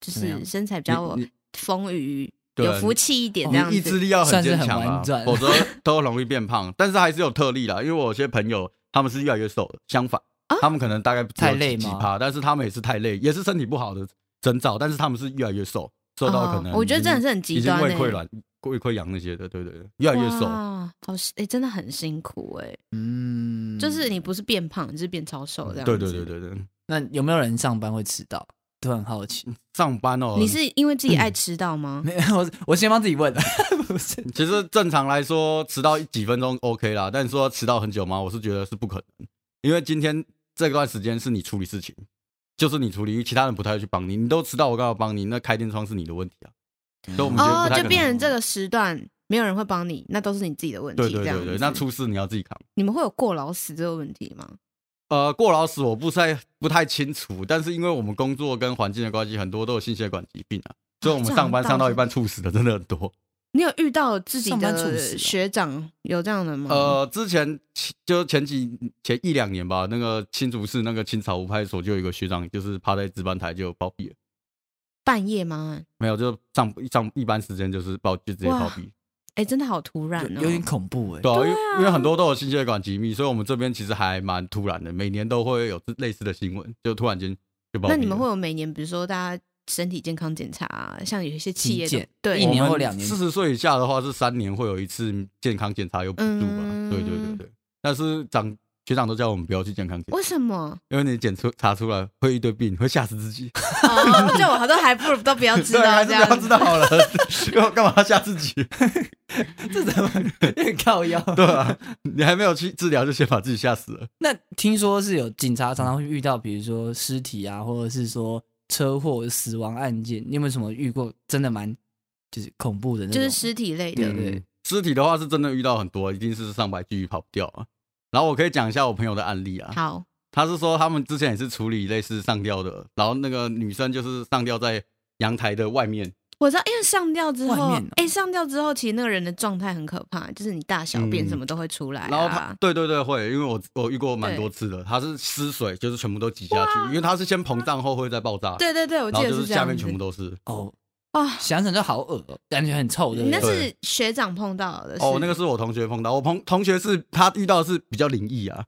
S2: 就
S3: 怎么
S2: 是
S3: 样
S2: 身材比较
S1: 你
S2: 丰腴，
S1: 对啊
S2: 有福气一点
S3: 哦
S2: 这样
S1: 意志
S2: 子。
S1: 力要很坚强啊
S3: 算是很婉转，
S1: 否 则都容易变胖。但是还是有特例啦，因为我有些朋友他们是越来越瘦的，相反，
S2: 啊
S1: 他们可能大概只有
S3: 太累
S1: 几
S3: 吗
S1: 趴，但是他们也是太累，也是身体不好的征兆，但是他们是越来越瘦，瘦到可能、
S2: 哦我觉得真的是很
S1: 已
S2: 极
S1: 经
S2: 端、欸，
S1: 胃溃疡、胃溃疡那些的，对对对，越来越瘦。
S2: 哇，好辛，哎、真的很辛苦哎、
S3: 嗯，
S2: 就是你不是变胖，你是变超瘦这样子。
S1: 嗯对对对对对，
S3: 那有没有人上班会迟到？都很好奇。
S1: 上班哦，
S2: 你是因为自己爱迟到吗？哦
S3: 没
S1: 嗯
S3: 有， 我我先帮自己问，不是
S1: 其实正常来说，迟到几分钟 OK 啦，但是说迟到很久吗？我是觉得是不可能，因为今天这段时间是你处理事情，就是你处理，其他人不太会去帮你。你都迟到，我干嘛帮你？那开天窗是你的问题啊。所以我们觉得
S2: 哦
S1: 不，太可能
S2: 就变成这个时段没有人会帮你，那都是你自己的问题。
S1: 对对
S2: 这样
S1: 对
S2: 子
S1: 对，那出事你要自己扛。
S2: 你们会有过劳死这个问题吗？
S1: 呃，过劳死我不太不太清楚，但是因为我们工作跟环境的关系，很多都有心血管疾病啊，所以我们
S2: 哦这样
S1: 上班
S2: 倒
S1: 上到
S2: 是
S1: 一半猝死的真的很多。
S2: 你有遇到自己
S3: 上班猝死
S2: 的
S3: 啊
S2: 学长有这样的吗？
S1: 呃，之前就前几前一两年吧，那个新竹市那个青草湖派出所就有一个学长，就是趴在值班台就暴毙了，
S2: 半夜吗？
S1: 没有就上上一般时间就是暴就直接暴
S2: 哇
S1: 毙，
S2: 哎、真的好突然哦，
S3: 有有点恐怖哎、
S1: 对啊，因为因为很多都有心血管疾病，所以我们这边其实还蛮突然的，每年都会有这类似的新闻，就突然间就暴毙了。
S2: 那你们会有每年，比如说大家身体健康检查啊、像有一些企业
S3: 体检
S2: 的对
S3: 一
S1: 我
S3: 年
S1: 们
S3: 或两年
S1: 四十岁以下的话是三年会有一次健康检查有补助吧？对对对对，但是长学长都叫我们不要去健康检查
S2: 为，什 么？
S1: 因为你检出查出来会一堆病，会吓死自己。
S2: 哦，就我都还不如都不要 知
S1: 对，啊
S2: 道
S1: 还是不
S2: 这样
S1: 要
S2: 子
S1: 知道好了， 要干嘛要吓自己？
S3: 这怎么有点 靠腰？
S1: 对啊，你还没有去治疗，就先把自己吓死了。
S3: 那听说是有警察常常会遇到，比如说尸体啊，或者是说车祸死亡案件，你有没有什么遇过真的蛮就是恐怖的那种？
S2: 就是尸体类的
S3: 对。对
S1: 嗯尸体的话是真的遇到很多，一定是上百具跑不掉啊。然后我可以讲一下我朋友的案例啊，
S2: 好，
S1: 他是说他们之前也是处理类似上吊的，然后那个女生就是上吊在阳台的外面，
S2: 我知道，因为上吊之后
S3: 外面哦，
S2: 哎、上吊之后，其实那个人的状态很可怕，就是你大小便
S1: 嗯
S2: 什么都会出来、啊
S1: 然后他对对对会，因为我我遇过蛮多次的，他是失水就是全部都挤下去，因为他是先膨胀后会再爆炸，
S2: 对对对，我
S1: 然
S2: 记
S1: 后
S2: 得
S1: 就是
S2: 这
S1: 下
S2: 样
S1: 面
S2: 子
S1: 全部都是。
S3: 哦，
S2: 哦，
S3: 想想就好恶哦，感觉很臭，对不
S2: 那
S3: 对？
S2: 是学长碰到的。
S1: 哦，那个是我同学碰到，我同同学是他遇到的是比较灵异啊，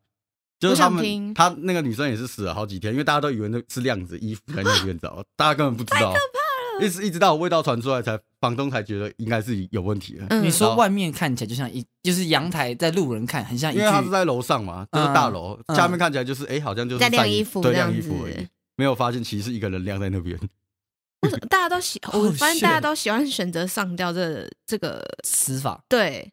S1: 就是他
S2: 我想听
S1: 们他那个女生也是死了好几天，因为大家都以为那是量子衣服在那院找， 大家根本不知道，一直一直到我味道传出来才房东才觉得应该是有问题了，
S2: 嗯
S3: 你说外面看起来就像一，就是阳台在路人看，很像一
S1: 因为他是
S3: 具
S1: 在楼上嘛，就是大楼、
S3: 嗯
S1: 下面看起来就是哎、好像就是
S2: 在晾
S1: 晒
S2: 衣服
S1: 对
S2: 这
S1: 晾
S2: 样
S1: 衣服而
S2: 子
S1: 已，没有发现其实是一个人晾在那边，
S2: 为什么大家
S1: 哦
S2: 都喜，
S3: Oh,
S2: 我发现大
S3: shit
S2: 家都喜欢选择上吊这这个
S3: 死法，
S2: 对，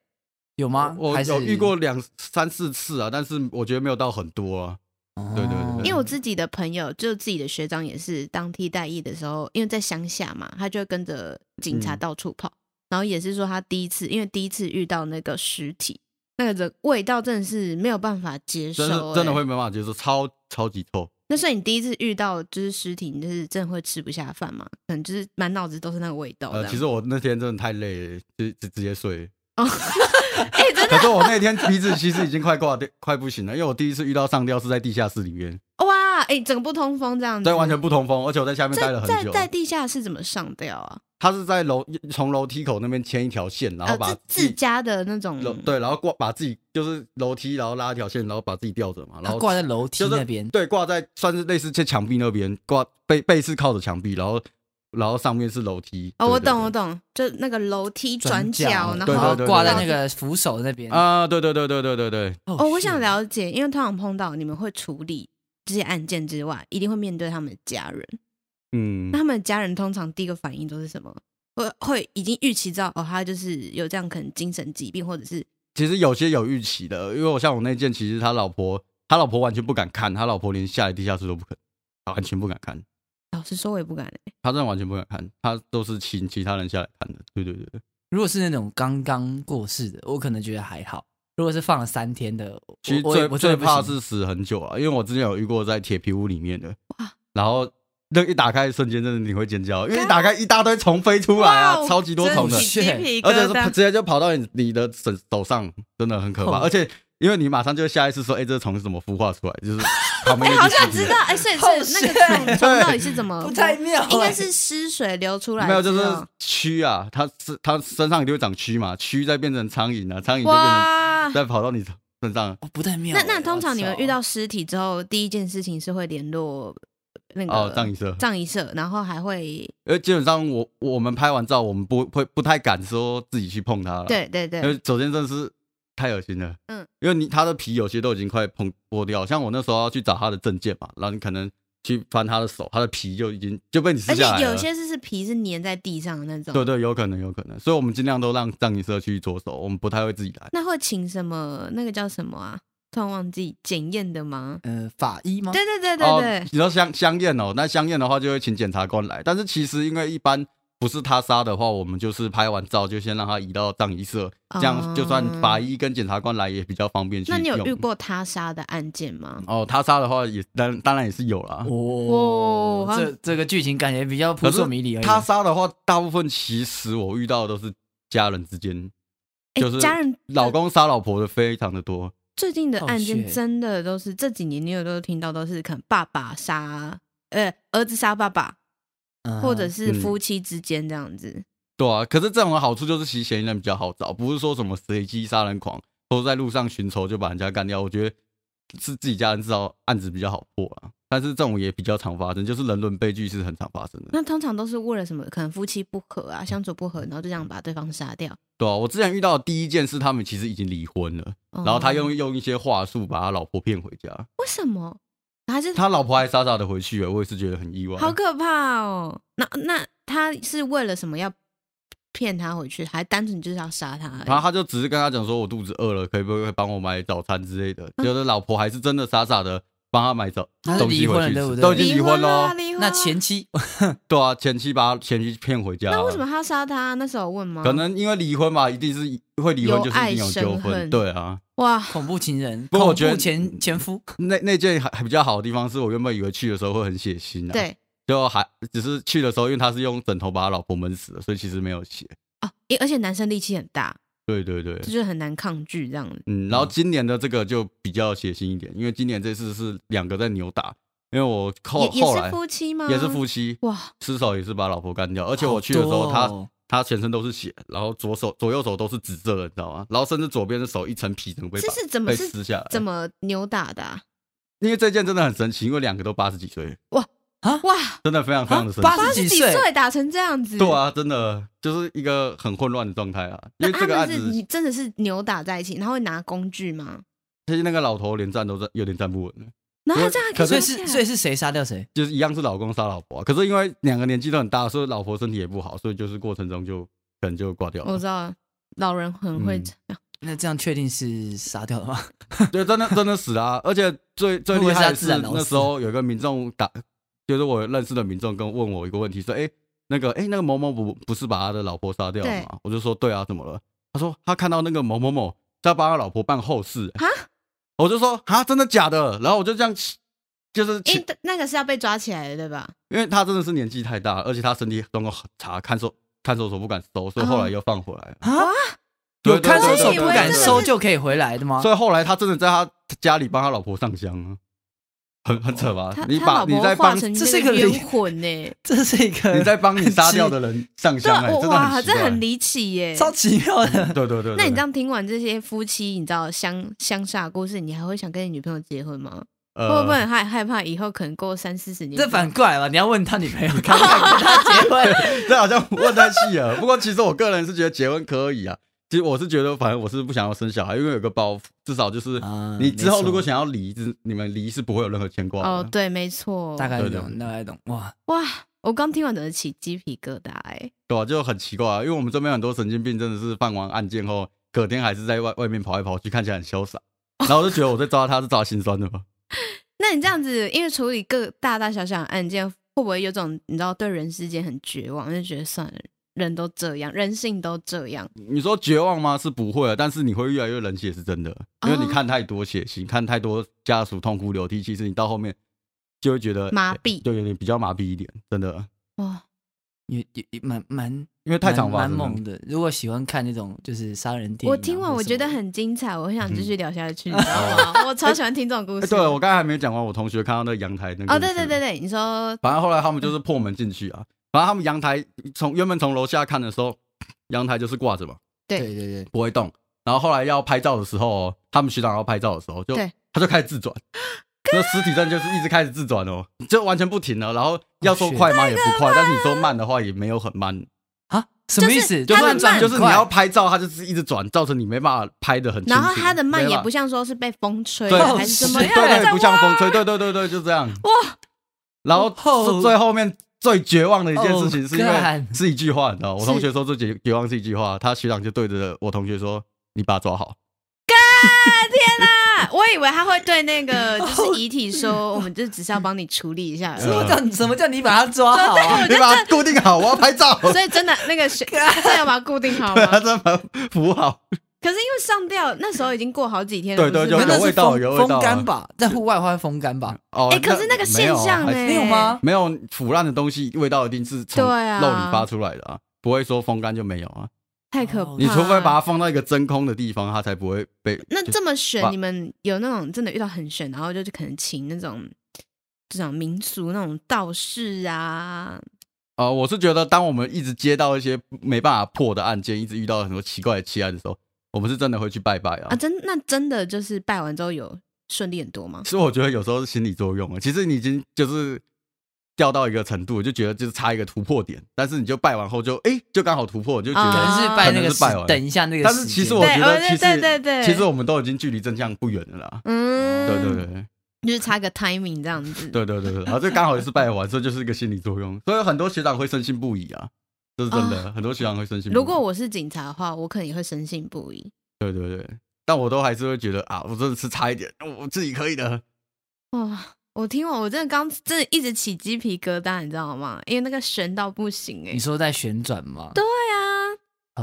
S3: 有吗？
S1: 我
S3: 啊还是
S1: 有遇过两三四次啊，但是我觉得没有到很多啊。
S3: 哦，
S1: 对对对
S2: 因为我自己的朋友，就自己的学长也是当替代役的时候，因为在乡下嘛，他就会跟着警察
S1: 嗯
S2: 到处跑。然后也是说他第一次，因为第一次遇到那个尸体，那个人味道真的是没有办法接受、
S1: 真的
S2: 欸，
S1: 真的会。没办法接受，超超级臭。
S2: 那所以你第一次遇到就是尸体，你就是真的会吃不下饭嘛？可能就是满脑子都是那个味道哦这
S1: 呃，
S2: 样。
S1: 其实我那天真的太累了，就直直接睡了。
S2: 哎、真
S1: 可是我那天鼻子其实已经快挂掉，快不行了，因为我第一次遇到上吊是在地下室里面，
S2: 的哇，哎、整个不通风这样子，
S1: 在完全不通风，而且我在下面待了很
S2: 在嗯在
S1: 久。
S2: 在地下室怎么上吊啊？
S1: 他是在楼从楼梯口那边牵一条线，然后
S2: 呃，
S1: 把
S2: 自自家的那种
S1: 楼对，然后挂把自己就是楼梯，然后拉一条线，然后把自己吊着嘛，然
S3: 他
S2: 啊
S1: 后
S3: 挂在楼梯
S1: 就是
S3: 那边，
S1: 对，挂在算是类似在墙壁那边挂背背是靠着墙壁，然后然后上面是楼梯。
S2: 哦，我
S1: 对对
S2: 懂，
S1: 对
S2: 我懂，就那个楼梯转角，
S3: 角，
S2: 然后
S1: 对
S3: 然后
S1: 对对
S3: 挂
S1: 对
S3: 在那个扶手那边。
S1: 啊，对对对对对对对，
S3: 哦
S2: 哦，我想
S3: 是
S2: 了解，因为通常碰到你们会处理这些案件之外，一定会面对他们的家人。
S1: 嗯
S2: 那，他们的家人通常第一个反应都是什么？会会已经预期到哦，他就是有这样可能精神疾病，或者是
S1: 其实有些有预期的，因为我像我那件，其实他老婆他老婆完全不敢看，他老婆连下来地下室都不肯，她完全不敢看，
S2: 老实说，我也不敢、欸。
S1: 他真的完全不敢看，他都是请其他人下来看的。对对对对，
S3: 如果是那种刚刚过世的，我可能觉得还好。如果是放了三天的，我
S1: 其实
S3: 我也
S1: 最
S3: 我真
S1: 最
S3: 的不
S1: 怕
S3: 行
S1: 是死很久啊，因为我之前有遇过在铁皮屋里面的，
S2: 哇
S1: 然后。那一打开瞬间，真的你会尖叫，因为一打开一大堆虫飞出来啊，超级多虫
S3: 哦真
S1: 的
S3: 的，
S2: 起哦鸡皮
S1: 而且
S2: 疙
S1: 是
S2: 瘩
S1: 直接就跑到你你的手手上，真的很可怕。
S3: 哦
S1: 而且因为你马上就下意识说，哎、这个虫是怎么孵化出来？就是 旁边、
S2: 哎、
S1: 欸，
S2: 好想知道，哎、所以
S3: 后
S2: 是那
S3: 续
S2: 个虫虫到底是怎么？
S3: 不太妙欸
S2: 应该是湿水流出来之啊
S1: 没有，
S2: 后，
S1: 就是蛆啊，它是它身上就会长蛆嘛，蛆再变成苍蝇啊，苍蝇就变成
S2: 哇。
S1: 再跑到你身上。
S3: 哦，不太妙
S2: 那
S3: 欸。
S2: 那通
S3: 我
S2: 常你们
S3: 操
S2: 遇到尸体之后，第一件事情是会联络那个
S1: 哦，葬仪社，
S2: 葬仪社，然后还会
S1: 呃，基本上我我们拍完照，我们不会不太敢说自己去碰它了。，
S2: 对对
S1: 啊因
S2: 对，
S1: 为首先真的是太恶心了。
S2: 嗯
S1: 嗯，因为你它的皮有些都已经快碰剥掉，像我那时候要去找它的证件嘛，然后你可能去翻它的手，它的皮就已经就被你撕
S2: 而且
S1: 下来了。
S2: 有些是是皮是粘在地上的那种。
S1: 对对，有可能有可能，所以我们尽量都让葬仪社去着手，我们不太会自己来。
S2: 那会请什么？那个叫什么啊？突然忘记检验的吗？
S3: 呃法医吗？
S2: 对对对对对，
S1: 哦，你说香香艳哦，那香艳的话就会请检察官来，但是其实因为一般不是他杀的话，我们就是拍完照就先让他移到葬仪社，这样就算
S2: 哦
S1: 法医跟检察官来也比较方便去
S2: 那
S1: 用。
S2: 你有遇过他杀的案件吗？
S1: 哦，他杀的话也当当然也是有啦。
S3: 哦
S2: 哇，
S3: 这这个剧情感觉比较扑
S1: 可是
S3: 朔迷离而已。
S1: 他杀的话，大部分其实我遇到的都是家人之间，
S2: 哎
S1: 就是
S2: 家人
S1: 老公杀老婆的非常的多。
S2: 最近的
S3: 哦
S2: 案件
S3: 是
S2: 真的都是这几年，你有都听到都是可能爸爸杀呃儿子杀爸爸，
S3: 嗯
S2: 或者是
S1: 嗯
S2: 夫妻之间这样子。
S1: 对啊，可是这种的好处就是，其实嫌疑人比较好找，不是说什么随机杀人狂，都在路上寻仇就把人家干掉。我觉得是自己家人知道案子比较好破啊，但是这种也比较常发生，就是人伦悲剧是很常发生
S3: 嗯
S1: 的。
S2: 那通常都是为了什么？可能夫妻不和啊，相处不和，然后就这样把对方杀掉。
S1: 对啊，我之前遇到的第一件事，他们其实已经离婚了，
S2: 然
S1: 然后
S3: 哦
S1: 他用用一些话术把他老婆骗回家，
S2: 哦为什么？还是
S1: 他老婆还傻傻的回去了，我也是觉得很意外。
S2: 好可怕哦！那那他是为了什么要骗他回去？还单纯就是要杀他而已？
S1: 然后他就只是跟他讲说，我肚子饿了，可以不可以帮我买早餐之类的。就是老婆还是真的傻傻的帮他买早
S3: 嗯他是
S1: 东西
S3: 离婚
S1: 回
S3: 了
S1: 去
S3: 对不
S1: 吃，
S3: 对
S1: 都已经
S2: 离
S1: 离婚喽
S2: 了，。离婚了啊
S3: 那前妻
S1: 对啊，前妻把他前妻骗回家、啊
S2: 那为什么？他要杀他？那时候有问吗？
S1: 可能因为离婚嘛，一定是会离婚，就是一定有
S2: 有
S1: 纠
S2: 爱生恨
S1: 纷。对啊，
S2: 哇，
S3: 恐怖情人，
S1: 不
S3: 恐
S1: 过
S3: 怖
S1: 我觉得
S3: 前前夫，
S1: 那那件还还比较好的地方是我原本以为去的时候会很血腥啊，，
S2: 对
S1: 就还只是去的时候，因为他是用枕头把他老婆闷死的，所以其实没有血。
S2: 哦，因而且男生力气很大，
S1: 对对对，
S2: 就是很难抗拒这样子。
S1: 嗯，然后今年的这个就比较血腥一点，因为今年这次是两个在扭打，因为我后
S2: 也也
S1: 后
S2: 是
S1: 来
S2: 夫妻吗？
S1: 也是夫妻，
S2: 嗯哇，
S1: 失手也是把老婆干掉，而且我去的时候
S3: 好
S1: 他
S3: 多哦
S1: 他全身都是血，然后左手左右手都是紫色的，你知道吗？然后甚至左边的手一层皮整个被
S2: 这
S1: 拔
S2: 是怎么
S1: 被
S2: 是
S1: 撕下来。
S2: 怎么扭打的啊？
S1: 因为这件真的很神奇，因为两个都八十几岁，
S2: 哇，
S1: 真的非常非常的神
S3: 啊
S1: 奇。
S2: 八
S3: 八
S2: 十
S3: 十
S2: 几
S3: 几岁
S2: 岁打成这样子，
S1: 对。啊，真的就是一个很混乱的状态啊。因
S2: 那
S1: 为这
S2: 他
S1: 个案
S2: 们是
S1: 子，
S2: 你真的是扭打在一起，然后会拿工具吗？
S1: 其实那个老头连站都站有点站不稳了，
S2: 然
S1: 因
S2: 后他
S1: 为
S2: 这样
S1: 可
S2: 以
S1: 是
S3: 所
S2: 抓
S3: 以
S2: 起
S3: 是
S2: 来
S3: 所以是谁杀掉谁？
S1: 就是一样是老公杀老婆啊、可是因为两个年纪都很大，所以老婆身体也不好，所以就是过程中就可能就挂掉
S2: 我
S1: 了
S2: 知。道了老人很会
S1: 嗯
S2: 这样
S3: 那这样确定是杀掉了吗？
S1: 对，真的真的死啊！而且最最
S3: 会不
S1: 厉
S3: 会是
S1: 害
S3: 他
S1: 的
S3: 自
S1: 是
S3: 然老
S1: 那时
S3: 死
S1: 候有一个民众打，就是我认识的民众跟问我一个问题，说：“哎、那个哎、那个某某不不是把他的老婆杀掉了
S2: 对
S1: 吗？”我就说：“对啊，怎么了？”他说：“他看到那个某某某在帮他老婆办后事、欸。”
S2: 哈，
S1: 我就说：“哈，真的假的？”然后我就这样起，就是
S2: 因为
S1: 起，
S2: 那个是要被抓起来的，对吧？
S1: 因为他真的是年纪太大了，而且他身体状况很差，看守看守所不敢收，所以
S2: 哦
S1: 后来又放回来了。
S3: 啊，
S1: 对
S3: 有看守所
S2: 我以为
S3: 不敢
S2: 真的
S3: 收
S2: 是
S3: 就可以回来的
S2: 啊
S3: 吗？
S1: 所以后来他真的在他家里帮他老婆上香啊，很很扯吧
S2: 他？
S1: 你
S2: 他
S1: 把
S2: 老
S1: 你
S2: 婆
S1: 在
S2: 化
S1: 帮
S2: 成
S3: 这是一个
S2: 冤
S3: 灵
S2: 魂呢。
S3: 这是一个
S1: 你在帮你杀掉的人上
S2: 对
S1: 香、
S2: 啊，
S1: 哎，
S2: 我
S1: 真的
S2: 哇，
S1: 很奇
S2: 这
S1: 怪
S2: 很离奇耶。
S3: 超奇妙的。
S1: 对对对对
S2: 那你这样听完这些夫妻，你知道相相杀的故事，你还会想跟你女朋友结婚吗？
S1: 呃
S2: 会不会很害害怕以后可能过三四十年？
S3: 这反过来吧，你要问他女 朋友，看看跟他结婚。
S1: 这好像问太细了。不过其实我个人是觉得结婚可以啊。其实我是觉得，反正我是不想要生小孩，因为有个包袱，至少就是
S3: 啊
S1: 你之后
S3: 没错
S1: 如果想要离，就是你们离是不会有任何牵挂的。
S2: 哦，对，没错。
S3: 大概
S1: 对对
S3: 懂，
S1: 对
S3: 大概懂。哇，
S2: 哇，我刚听完真的起鸡皮疙瘩哎。
S1: 对啊，就很奇怪啊，因为我们这边很多神经病真的是犯完案件后，隔天还是在外外面跑来跑去，看起来很潇洒。然后我就觉得我在抓他是抓心酸的吧。
S2: 那你这样子，因为处理各大大小小的案件，会不会有种你知道对人世间很绝望，就觉得算了，人都这样，人性都这样。
S1: 你说绝望吗？是不会啊，但是你会越来越冷血，是真的，因为你
S2: 哦
S1: 看太多血腥，看太多家属痛哭流涕，其实你到后面就会觉得
S2: 麻痹
S1: 对对对，比较麻痹一点，真的，
S2: 哇，
S3: 也也也蛮蛮
S1: 因为太常发
S3: 蛮
S1: 生
S3: 蛮
S1: 了
S3: 猛的。如果喜欢看那种就是杀人电影啊，
S2: 我听完
S3: 或
S2: 我
S3: 者什
S2: 觉
S3: 么
S2: 得
S3: 的
S2: 很精彩，我很想继续聊下 去，你知道吗？我超喜欢听这种故
S1: 嗯哎
S2: 事。
S1: 对我刚才还没讲完，我同学看到那个阳台那个，
S2: 哦，对对对，对，你说
S1: 反正后来他们就是破门进去啊，反正他们阳台从原本从楼下看的时候，阳台就是挂着嘛，
S2: 对
S3: 对对对，
S1: 不会动。然后后来要拍照的时候哦，他们学长要拍照的时候，就
S2: 对
S1: 他就开始自 转，那尸体证就是一直开始自转哦，就完全不停了。然后要
S3: 哦
S1: 说快吗？也不快，但是你说慢的话也没有很慢，
S3: 啊，什么意思？
S1: 就
S2: 它的
S1: 是
S2: 慢转
S1: 就是你要 拍照，它就是一直转，造成你没办法拍的很清楚。
S2: 然后它的慢
S1: 没
S2: 也
S1: 办法
S2: 不像说是被风吹
S1: 对啊
S2: 的还是怎 么
S1: 对
S2: 样，
S1: 对
S2: 在
S1: 对，不像风吹，对对对对，就这样。哇！然后
S3: 后
S1: 是最后面最绝望的一件事情，是因
S3: 哦
S1: 为
S3: 干
S1: 是一句话，你知道吗，我
S2: 是
S1: 同学说最绝绝望是一句话，他学长就对着我同学说：“你把他抓好。
S2: 啊，我以为他会对那 个就是遗体说，我们就只是要帮你处理一下而已。
S3: 什么叫什么叫你把他抓好啊？
S1: 你把它固定好，我要拍照。”
S2: 所以真的 那个是真的要把它固定好
S1: 对，他
S2: 吗？
S1: 真的把 它扶好。
S2: 可是因为上吊那时候已经过好几天了，
S1: 对对
S2: 不是
S1: 有
S2: 吗
S3: 那
S1: 有味
S3: 是
S1: 道
S3: 风
S1: 有味道
S3: 风
S1: 啊
S3: 干吧？在户外会风干吧？
S1: 哦，
S2: 哎，可是那个现象欸
S1: 没有啊还是
S2: 呢？
S3: 没有吗
S1: 没有腐烂的东西，味道一定是从肉
S2: 对啊
S1: 里发出来的啊，不会说风干就没有啊。
S2: 太可怕了！
S1: 你除非把它放到一个真空的地方，它才不会被。
S2: 那
S1: 就
S2: 这么
S1: 把
S2: 选，你们有那种真的遇到很选，然后就是可能请那种这种民俗那种道士啊，
S1: 呃，我是觉得，当我们一直接到一些没办法破的案件，一直遇到很多奇怪的奇案的时候，我们是真的会去拜拜啊。
S2: 啊，真那真的就是拜完之后有顺利很多吗？
S1: 其实我觉得有时候是心理作用啊。其实你已经就是掉到一个程度，就觉得就是差一个突破点，但是你就拜完后就哎、诶就刚好突破，就觉得、
S2: 啊
S3: 可能是拜那
S1: 嗯可
S3: 个
S1: 能是拜
S3: 时
S1: 完
S3: 等一下那个时间，
S1: 但是其实我觉得，
S2: 对哦
S1: 其实
S2: 对对对
S1: 其实我们都已经距离真相不远了啦。
S2: 嗯，
S1: 对对，对
S2: 就是差个 timing 这样子。
S1: 对对对对，然后这刚好也是拜完，这就是一个心理作用，所以很多学长会深信不疑啊，这是真的，很多学长会深信不疑。
S2: 哦如果我是警察的话，我可能也会深信不疑。
S1: 对对对，但我都还是会觉得啊，我真的是差一点，我我自己可以的。
S2: 哇，我听完我真的刚真的一直起鸡皮疙瘩，你知道吗？因为那个悬到不行哎、
S3: 你说在旋转吗？
S2: 对啊，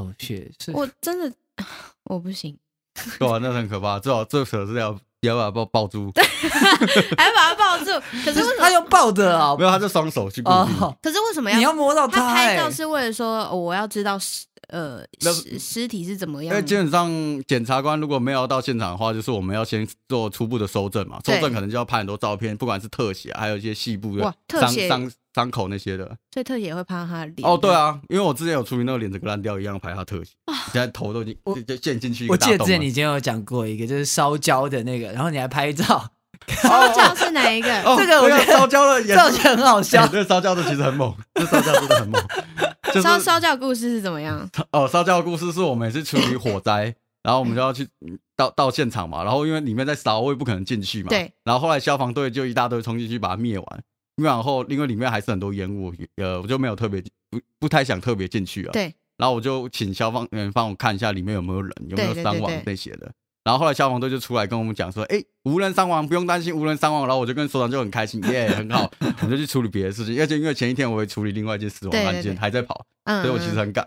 S3: 哦，血是
S2: 我真的我不 行，
S1: 对啊，那很可怕，至少这手是要要把它抱抱住，
S2: 还把它抱住。可是为什
S3: 他
S2: 么？
S3: 用抱的啊
S1: 没，有，他就双手去固定。
S3: 哦，
S2: 可是为什么
S3: 你要
S2: 要？
S3: 摸到
S2: 他拍
S3: 欸
S2: 照是为了说，哦我要知道尸呃
S1: 那哎
S2: 尸尸体是怎么
S1: 因
S2: 样
S1: 为
S2: 的。
S1: 基本上检察官如果没有到现场的话，就是我们要先做初步的搜证嘛，搜
S2: 对
S1: 证可能就要拍很多照片，不管是特写，啊还有一些细部
S2: 哇
S1: 的
S2: 特
S1: 伤
S2: 写
S1: 伤伤口那些的。
S2: 所以特写也会拍到他的脸。
S1: 哦，对，啊，因为我之前有处理那个脸整个烂掉一样拍他特写，现在头都已经
S3: 啊我
S1: 就就陷进去一
S3: 我
S1: 个大
S3: 记
S1: 洞
S3: 得
S1: 了。
S3: 之前你今天有讲过一个，就是烧焦的那个，然后你还拍照，
S2: 烧焦是哪一个？
S1: 哦，
S3: 这个我
S1: 那
S3: 觉得
S1: 烧焦的 也
S3: 这我觉得很好
S1: 对，
S3: 笑。
S1: 这个烧焦的其实很猛，这烧焦真的很猛。就是
S2: 烧烧焦的故事是怎么样？
S1: 哦，烧焦的故事是我们也是处理火灾，然后我们就要去嗯到到现场嘛，然后因为里面在烧，我也不可能进去嘛。
S2: 对。
S1: 然后后来消防队就一大堆冲进去把它灭完，灭完后因为里面还是很多烟雾，呃，我就没有特别不不太想特别进去啊。
S2: 对。
S1: 然后我就请消防员帮我看一下里面有没有人，有没有
S2: 对对
S1: 伤亡
S2: 对对
S1: 那些的。然后后来消防队就出来跟我们讲说，哎、无人伤亡，不用担心无人伤亡。然后我就跟所长就很开心，耶、很 好，我就去处理别的事情。而且因为前一天我会处理另外一件死亡
S2: 对对
S1: 案件，
S2: 对
S1: 还在跑，
S2: 嗯，
S1: 所以我其实很赶。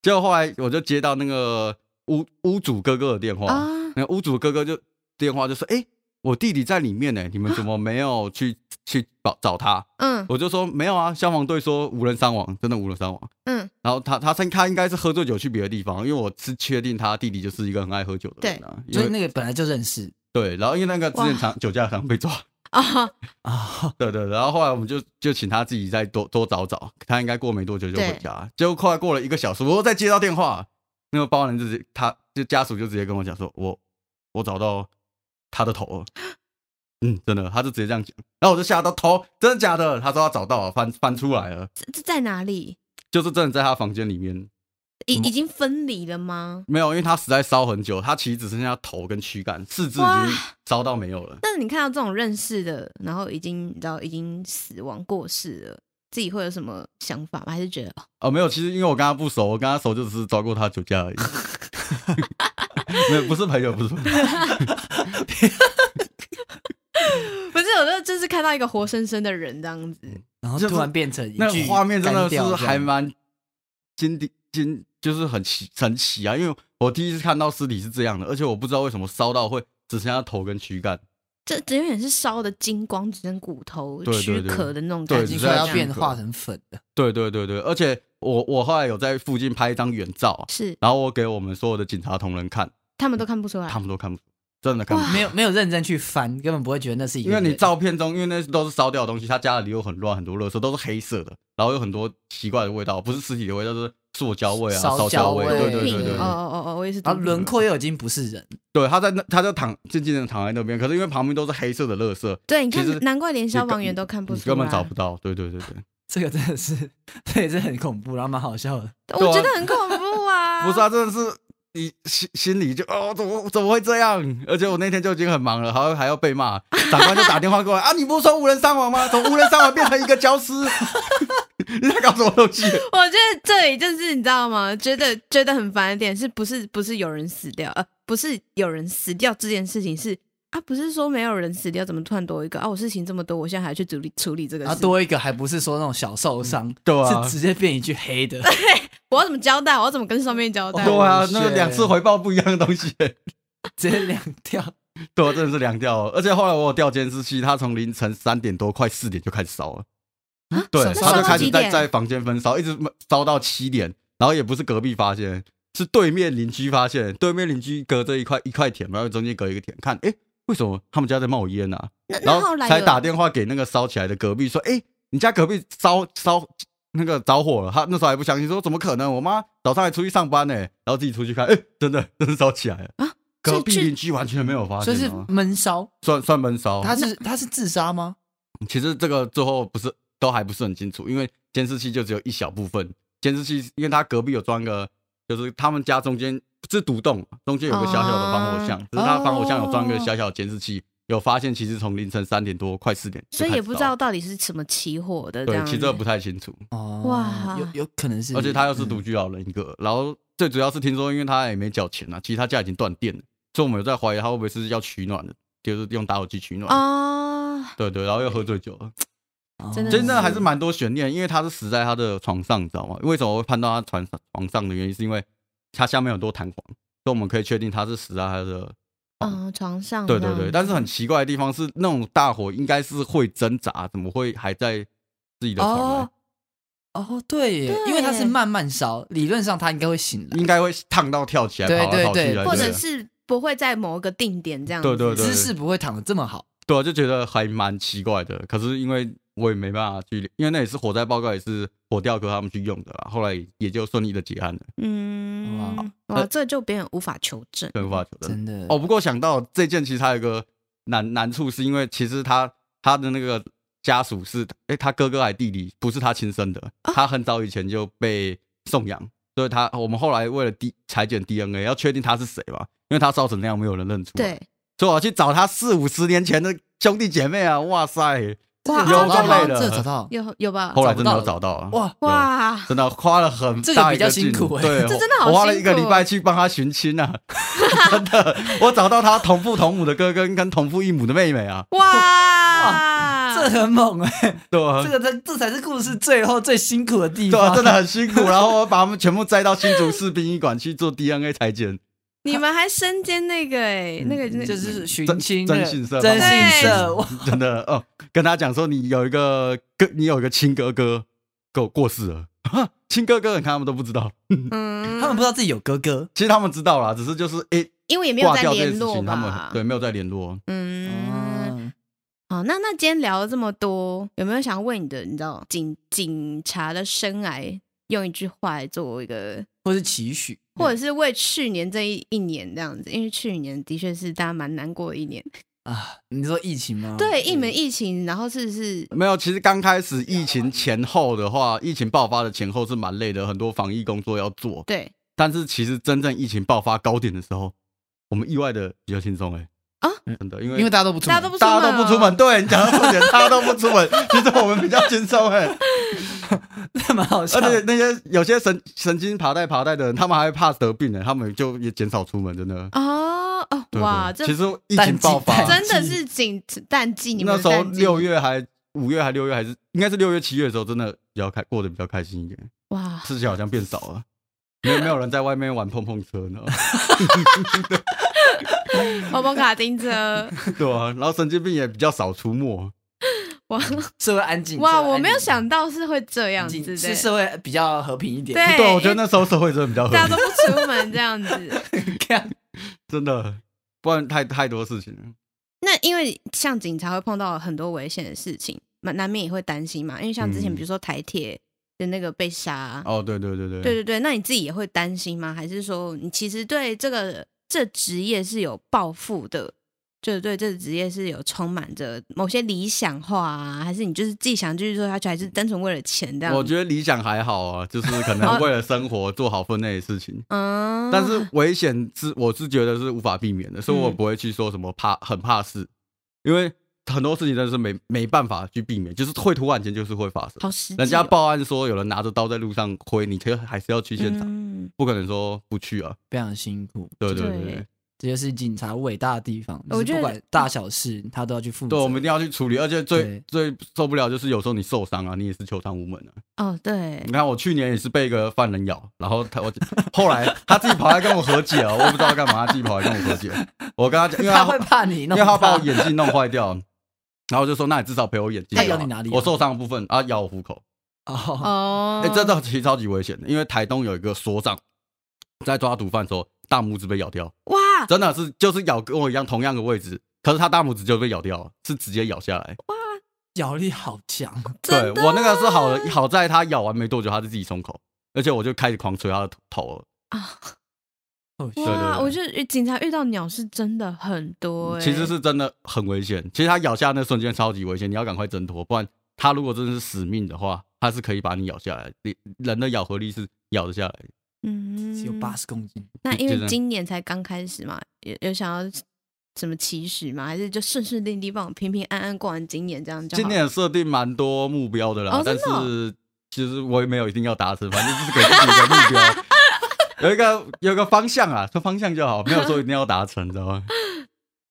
S1: 结果后来我就接到那个屋屋主哥哥的电话，
S2: 啊，
S1: 那屋主哥哥就电话就说，哎、我弟弟在里面呢、你们怎么没有去去找找他？
S2: 嗯
S1: 我就说没有啊，消防队说无人伤亡，真的无人伤亡。
S2: 嗯，
S1: 然后他他他他应该是喝醉酒去别的地方，因为我是确定他弟弟就是一个很爱喝酒的人啊。因
S3: 所以
S1: 为
S3: 那个本来就认识
S1: 对，然后因为那个之前常酒驾常被抓，
S2: 啊，
S3: 啊，
S1: 对对，然后后来我们就就请他自己再多多找找，他应该过没多久就回
S2: 对
S1: 家。结果快过了一个小时，我又再接到电话，那个报案人就直接他就家属就直接跟我讲说，我我找到他的头了。嗯，真的，他就直接这样讲，然后我就吓到头，真的假的？他说他找到了，翻翻出来了，
S2: 这这在哪里？
S1: 就是真的在他房间里面，
S2: 已已经分离了吗？
S1: 没有，因为他实在烧很久，他其实只剩下头跟躯干，四肢已
S2: 哇
S1: 经烧到没有了。
S2: 但是你看到这种认识的，然后已经你知道已经死亡过世了，自己会有什么想法吗？还是觉得哦
S1: 哦，没有，其实因为我跟他不熟，我跟他熟就只是抓过他酒驾而已。 没有，不是朋友，不是朋友。
S2: 不是，我就就是看到一个活生生的人这样子，
S3: 然后
S1: 就是
S3: 突然变成一
S1: 那
S3: 句
S1: 个画面真的
S3: 干
S1: 是
S3: 掉这样
S1: 还蛮经典，经就是很奇神奇啊！因为我第一次看到尸体是这样的，而且我不知道为什么烧到会只剩下头跟躯干。
S2: 这这有点是烧的精光，只剩骨头、
S1: 对对
S2: 躯
S1: 对
S2: 壳的那种
S1: 对
S2: 感
S3: 已
S2: 觉
S3: 经
S1: 只
S2: 这
S1: 是
S3: 快
S2: 样，
S3: 要变化成粉了，
S1: 对对对对，而且我我后来有在附近拍一张远照，
S2: 是
S1: 然后我给我们所有的警察同仁看，
S2: 他们都看不出来
S1: 他。们都看不出，真的看不出。
S3: 没有没有认真去翻，根本不会觉得那是一个
S1: 因为
S3: 人。
S1: 你照片中，因为那都是烧掉的东西，他家里又很乱，很多垃圾都是黑色的，然后有很多奇怪的味道，不是尸体的味道，就是塑胶味啊、
S3: 烧
S1: 烧
S3: 焦
S1: 焦味。
S3: 味
S1: 对对对
S2: 命
S1: 对啊
S2: 哦
S1: 对，
S2: 哦哦哦，我也是读
S3: 然
S2: 不懂。
S3: 后轮廓又已经不是人，
S1: 对，他在那，他就躺静静的躺在那边，可是因为旁边都是黑色的垃圾，
S2: 对，你
S1: 其实
S2: 看，难怪连
S1: 你
S2: 消
S1: 根
S2: 防员都看不
S1: 你
S2: 出来，
S1: 根本找不到。对对对对，
S3: 这个真的是， 这也是很恐怖，然后蛮好笑的。
S1: 对啊
S2: 我觉得很恐怖 啊！
S1: 不是啊，真的是你心心里就哦，怎么怎么会这样？而且我那天就已经很忙了，还要还要被骂，长官就打电话过来啊，你不是说无人伤亡吗？从无人伤亡变成一个僵尸， 你在搞什么东西？
S2: 我觉得这里就是你知道吗？觉得觉得很烦的点是不是不是有人死掉，呃，不是有人死掉这件事情是啊，不是说没有人死掉，怎么突然多一个啊？我事情这么多，我现在还去处理处理这个
S1: 啊
S3: 然后
S2: 事，
S3: 多一个还不是嗯说那种小受伤，
S1: 对啊
S3: 是直接变一具黑的。
S2: 我要怎么交代？我要怎么跟上面交代？
S1: 对啊，那
S3: 我
S1: 两次回报不一样的东西、
S3: 直接凉掉。
S1: 对啊，真的是凉掉了。而且后来我有调监视器，他从凌晨三点多快四点就开始烧了，
S2: 啊
S1: 对，
S2: 那
S1: 他
S2: 烧
S1: 就
S2: 到
S1: 开始
S2: 几
S1: 在
S2: 点？
S1: 在房间焚烧，一直烧到七点，然后也不是隔壁发现，是对面邻居发现，对面邻居隔着一块一块田，然后中间隔一个田，看，诶，为什么他们家在冒烟啊？
S2: 那
S1: 然
S2: 那
S1: 后
S2: 后来
S1: 才
S2: 有
S1: 打电话给那个烧起来的隔壁说，诶，你家隔壁烧烧。那个着火了，他那时候还不相信，说怎么可能？我妈早上还出去上班呢、然后自己出去看，诶，真的，真的烧起来了
S2: 啊！
S1: 隔
S2: 所以
S1: 壁
S2: 去
S1: 邻居完全没有发
S3: 所
S1: 现、
S3: 以
S1: 啊，
S3: 是闷烧，
S1: 算算闷烧。
S3: 他是他是自杀吗？
S1: 其实这个最后不是都还不是很清楚，因为监视器就只有一小部分。监视器，因为他隔壁有装个，就是他们家中间是独栋，中间有个小小的防火巷，
S2: 哦
S1: 只是他防火巷有装个小小的监视器，有发现其实从凌晨三点多快四点，
S2: 所以也不知道。到底是什么起火的这
S1: 对，
S2: 样子。
S1: 其实这不太清楚，
S3: 哦，
S2: 哇
S3: 有有可能是，
S1: 而且他又是独
S3: 嗯
S1: 居老人一个，然后最主要是听说，因为他也没缴钱啊，其实他家已经断电了，所以我们有在怀疑他会不会是要取暖的，就是用打火机取暖。
S2: 哦，
S1: 对对，然后又喝醉酒了。
S3: 哦
S2: 真的
S1: 真的
S2: 是
S1: 还是蛮多悬念，因为他是死在他的床上，你知道吗？为什么会判到他床上床上的原因，是因为他下面有很多弹簧，所以我们可以确定他是死在他的。
S2: 嗯，床上
S1: 对
S2: 这
S1: 对
S2: 样
S1: 对，
S2: 子
S1: 但是很奇怪的地方是，那种大火应该是会挣扎，怎么会还在自己的床啊呢
S3: 哦？哦，对耶，
S2: 对
S3: 因为他是慢慢烧，理论上他应该会醒来，
S1: 应该会烫到跳起来，
S3: 对
S1: 跑来
S3: 对
S1: 跑去
S3: 对
S1: 来，
S2: 或
S1: 对
S2: 者是不会在某个定点这样子。
S1: 对对对
S3: 姿势不会躺的这么好。
S1: 对啊，就觉得还蛮奇怪的。可是因为我也没办法去，因为那也是火灾报告，也是火调科他们去用的啦。后来也就顺利的结案了，
S2: 嗯，
S1: 哇
S2: 哇，
S1: 呃
S2: 这就别人无法求证。
S1: 跟无法求证。
S3: 真的
S1: 哦，，不过想到这件，其实还有一个难难处，是因为其实他他的那个家属是，哎，他哥哥还弟弟，不是他亲生的，
S3: 哦
S1: 他很早以前就被送养，所以他我们后来为了 D 裁剪 DNA，要确定他是谁嘛，因为他烧成那样，没有人认出。，
S2: 对，
S1: 所以我要去找他四五十年前的兄弟姐妹啊，哇塞，
S2: 哇
S3: 这个
S1: 有够
S3: 找到吗
S1: 累了
S3: 这个找到
S2: 有有吧？
S1: 后来真的有
S3: 找
S1: 找到啊，
S3: 哇，
S1: 有
S2: 哇，
S1: 真的花了很
S3: 这个
S1: 大一
S3: 比较
S1: 劲
S3: 辛苦欸
S1: 对，
S2: 这真的好
S1: 我花了
S2: 辛
S1: 一个
S2: 苦
S1: 礼拜去帮他寻亲啊， 真的，我找到他同父同母的哥哥跟同父异母的妹妹啊，
S2: 哇，
S3: 这很猛哎、
S1: 对啊
S3: 这，个这这才是故事最后最辛苦的地
S1: 对
S3: 方，
S1: 啊，真的很辛苦，然后我把他们全部载到新竹市殡仪馆去做 DNA 裁剪，
S2: 你们还身兼那个哎、那
S1: 嗯
S2: 个那
S3: 就是寻
S1: 真
S3: 亲
S1: 真
S3: 的
S1: 性色
S3: 真
S1: 方
S2: 面
S3: 性色，
S1: 对
S3: 哇
S1: 真的哦，跟他讲说你有一个哥，你有一个亲哥哥过过世了， 啊亲哥哥，你看他们都不知道，
S2: 嗯，
S3: 他们不知道自己有哥哥，
S1: 其实他们知道啦，只是就是诶
S2: 因为也没有
S1: 挂
S2: 在
S1: 掉这件
S2: 联
S1: 事
S2: 络
S1: 情，他们
S2: 吧？
S1: 对，哦没有再联络，
S2: 嗯，
S3: 嗯，
S2: 好，那那今天聊了这么多，有没有想问你的？你知道警警察的生涯，用一句话来做一个，
S3: 或是期许，
S2: 或
S1: 嗯
S2: 者是为去年这一一年这样子，因为去年的确是大家蛮难过的一年，
S3: 啊，你说疫情吗？
S2: 对，一
S1: 嗯
S2: 门疫情，然后是是
S1: 没有，其实刚开始疫情前后的话，疫情爆发的前后是蛮累的，很多防疫工作要做。
S2: 对
S1: 但是其实真正疫情爆发高点的时候，我们意外的比较轻松哎、
S2: 啊
S1: 真的，因为
S3: 因为大家都不出门，
S2: 大家都不
S1: 大家都不出
S2: 哦
S1: 门，对你讲到重点，大家都不出门，其实我们比较轻松 哎、
S3: 都蛮好笑
S1: 而
S3: 的，
S1: 且那些有些神神经爬带爬带的人，他们还怕得病呢、他们就也减少出门，真的。
S2: 哦哦
S1: 对
S2: 哇，
S1: 对
S2: 这
S1: 其实疫情爆发，
S3: 淡季淡
S2: 真的是景淡季，你们
S1: 那
S2: 的
S1: 时候
S2: 淡季
S1: 六月还五月还六月还是应该是六月七月的时候，真的比较开过得比较开心一点。
S2: 哇，
S1: 事情好像变少了，没有没有人在外面玩碰碰车呢，
S2: 欧蹦卡丁车
S1: 对啊，然后神经病也比较少出没，
S2: 哇
S3: 社会安静，社
S2: 哇，
S3: 会安
S2: 我没有
S3: 静
S2: 想到是会这样
S3: 安
S2: 子
S3: 静
S2: 的，
S3: 是社会比较和平一点，
S2: 对，
S1: 对，我觉得那时候社会真的比较和
S2: 大家
S1: 平，
S2: 都不出门这样子。
S3: 这样
S1: 真的，不然太太多事情了。
S2: 那因为像警察会碰到很多危险的事情，难难免也会担心嘛。因为像之前
S1: 嗯
S2: 比如说台铁的那个被杀，
S1: 哦，对对对对，
S2: 对对对，那你自己也会担心吗？还是说你其实对这个这职业是有抱负的？就是对这职业是有充满着某些理想化啊，还是你就是自己想继续做下去，还是单纯为了钱这样？
S1: 我觉得理想还好啊，就是可
S2: 哦
S1: 能为了生活做好分内的事情。
S2: 嗯，
S1: 但是危险是我是觉得是无法避免的，所以我
S2: 嗯
S1: 不会去说什么怕很怕事，因为很多事情真的是没没办法去避免，就是会突然间就是会发生。
S2: 好实际哦、
S1: 人家报案说有人拿着刀在路上挥，你其实还是要去现场。
S2: 嗯
S1: 不可能说不去啊。
S3: 非常辛苦，
S1: 对对
S2: 对
S1: 对对，
S3: 这就是警察伟大的地方，就是
S2: 我觉得
S3: 不管大小事他都要去负责，
S1: 对，我们一定要去处理。而且最最受不了就是有时候你受伤啊，你也是求偿无门啊。
S2: 哦，对
S1: 你，看我去年也是被一个犯人咬，然后他我后来他自己跑来跟我和解啊，我也不知道干嘛，他自己跑来跟我和解。我跟他讲，因为
S3: 他
S1: 他
S3: 会怕你
S1: 因
S3: 弄，
S1: 为他把我眼镜弄坏掉，啊然后我就说那你至少赔我眼镜。
S3: 他咬你哪里啊
S1: 我受伤的部分啊，咬我虎口。
S3: 哦，
S2: 哦，
S1: 哎、这道其实超级危险的，因为台东有一个所长在抓毒贩的时候，大拇指被咬掉。
S2: 哇
S1: 真的是就是咬跟我一样同样的位置，可是他大拇指就被咬掉了，是直接咬下来。
S3: 咬力好强，
S1: 对
S2: 真的
S1: 我那个是好的，好在他咬完没多久，他就自己松口，而且我就开始狂捶他的头了。
S2: 啊，
S3: 哦
S1: 对对
S2: 哇！
S1: 对
S2: 我觉得警察遇到鸟是真的很
S3: 嗯
S2: 多、欸，
S1: 其实是真的很危险，其实他咬下那瞬间超级危险，你要赶快挣脱，不然他如果真的是死命的话，他是可以把你咬下来。你人的咬合力是咬得下来的。
S2: 嗯，
S3: 只有八十公斤，
S2: 那
S1: 就
S2: 因
S1: 就这
S2: 为
S1: 样
S2: 今年才刚开始嘛，有有想要什么期许吗？还是就顺顺利利帮我平平安安过完今年这样就好？
S1: 今年设定蛮多目标的啦，
S2: 哦真
S1: 但
S2: 的哦
S1: 是其实我也没有一定要达成，反正就是给自己一个目标， 有一个有一个方向啊，说方向就好，没有说一定要达成，知道 吗？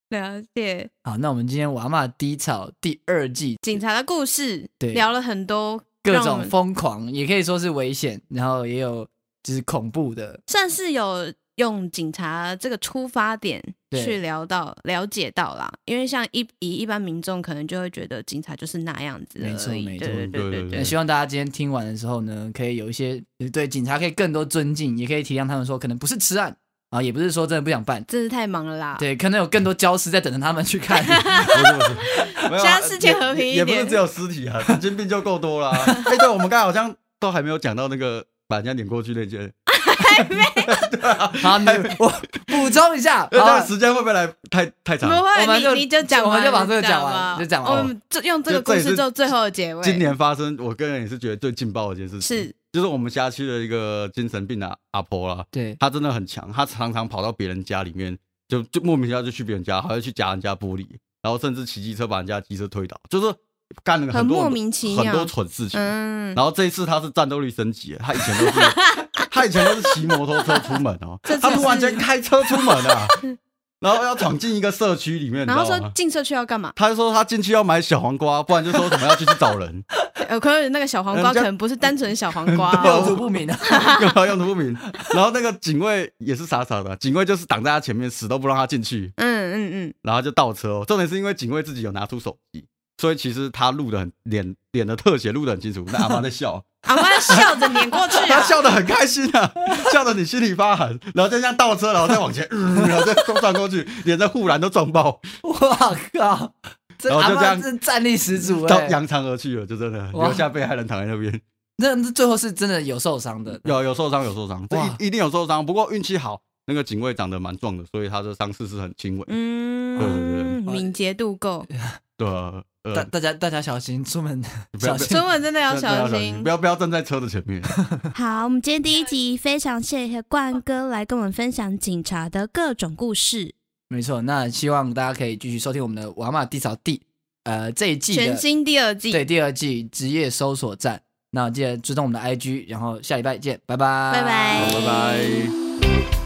S2: 了解
S3: 好，那我们今天娃娃低潮第二季
S2: 警察的故事，
S3: 对
S2: 聊了很多
S3: 各
S2: 让我
S3: 种
S2: 们
S3: 疯狂，也可以说是危险，然后也有就是恐怖的，
S2: 算是有用警察这个出发点
S3: 对
S2: 去聊到了解到啦，因为像一以一般民众可能就会觉得警察就是那样子而已，
S3: 没错没错
S2: 对
S1: 对
S2: 对
S1: 对
S2: 对
S1: 对
S3: 那希望大家今天听完的时候呢，可以有一些呃对警察可以更多尊敬，也可以体谅他们说，可能不是吃案啊，也不是说真的不想办，
S2: 真是太忙了啦，
S3: 对，可能有更多僵尸在等着他们去看。
S1: 不是不是没有啊
S2: 现在世界和平一点
S1: 也也不是只有尸体啊，神经病就够多 啦。哎，对，我们刚才好像都还没有讲到那个把人家撵过去那件，
S2: 哦
S3: 好，你我补充一下，
S1: 那
S3: 好
S1: 个时间会不会来太太
S2: 不
S1: 长？
S3: 我们
S2: 会，
S3: 就
S2: 你你就讲完，
S3: 我们就把
S2: 你
S3: 这个讲完
S2: 吧
S3: 就讲完
S2: 我们就用这个
S1: 就这
S2: 故
S1: 也
S2: 事
S1: 是
S2: 做最后的结尾。
S1: 今年发生，我个人也是觉得最劲爆的一件事情，
S2: 是
S1: 就是我们辖区的一个精神病的阿婆啦，
S3: 对，
S1: 他真的很强，他常常跑到别人家里面，就就莫名其妙就去别人家，还会去夹人家玻璃，然后甚至骑机车把人家机车推倒，就是干了
S2: 很
S1: 多
S2: 莫名其妙
S1: 很多蠢事情。
S2: 嗯，
S1: 然后这一次他是战斗力升级了，他以前 都是他以前都是骑摩托车出门哦，
S2: 这次
S1: 他突然
S2: 是
S1: 间开车出门啊， 然后要闯进一个社区里面，你
S2: 然
S1: 知
S2: 后
S1: 道
S2: 说
S1: 吗？
S2: 进社区要干嘛？
S1: 他就说他进去要买小黄瓜，不然就说什么要进去找 人，
S2: 呃，可是那个小黄瓜
S1: 人家
S2: 可能不是单纯小黄 瓜
S1: 对
S3: 用
S2: 哦，
S3: 途不明啊。
S1: 用他用途不明。然后那个警卫也是傻傻的，警卫就是挡在他前面，死都不让他进去，
S2: 嗯嗯嗯，
S1: 然后就倒车、哦。重点是因为警卫自己有拿出手机，所以其实他录的很脸脸的特写录的很清楚。那阿妈在笑，
S2: 阿妈啊笑着碾过去
S1: 他
S2: 啊，
S1: 笑得很开心啊，笑得你心里发寒，然后再这样倒车，然后再往前，嗯、然后再撞过去，连这护栏都撞爆，
S3: 我靠，这
S1: 然后
S3: 阿
S1: 就这
S3: 妈
S1: 样
S3: 这战力十足
S1: 到
S3: 哎、
S1: 扬长而去了，就真的
S3: 哇
S1: 留下被害人躺在那边，
S3: 那那最后是真的有受伤的，
S1: 有有受伤有受伤，这
S3: 哇
S1: 一一定有受伤，不过运气好，那个警卫长得蛮壮的，所以他的伤势是很轻微，对对
S2: 嗯，敏捷度够，
S1: 对啊，
S3: 大
S1: 呃，
S3: 大家大家小心出门，
S1: 不要
S3: 小心
S2: 中文真的要
S1: 真的
S2: 小
S1: 要小
S2: 心
S1: 心，不。要不要站在车的前面，
S4: 好，我们今天第一集非常谢谢冠哥来跟我们分享警察的各种故事。
S3: 没错，那希望大家可以继续收听我们的《瓦玛地扫地》呃这一季的
S2: 全新第二季，
S3: 对第二季职业搜索站。那记得追踪我们的 IG，然后下礼拜见，拜拜，
S4: 拜拜
S1: 好，拜拜。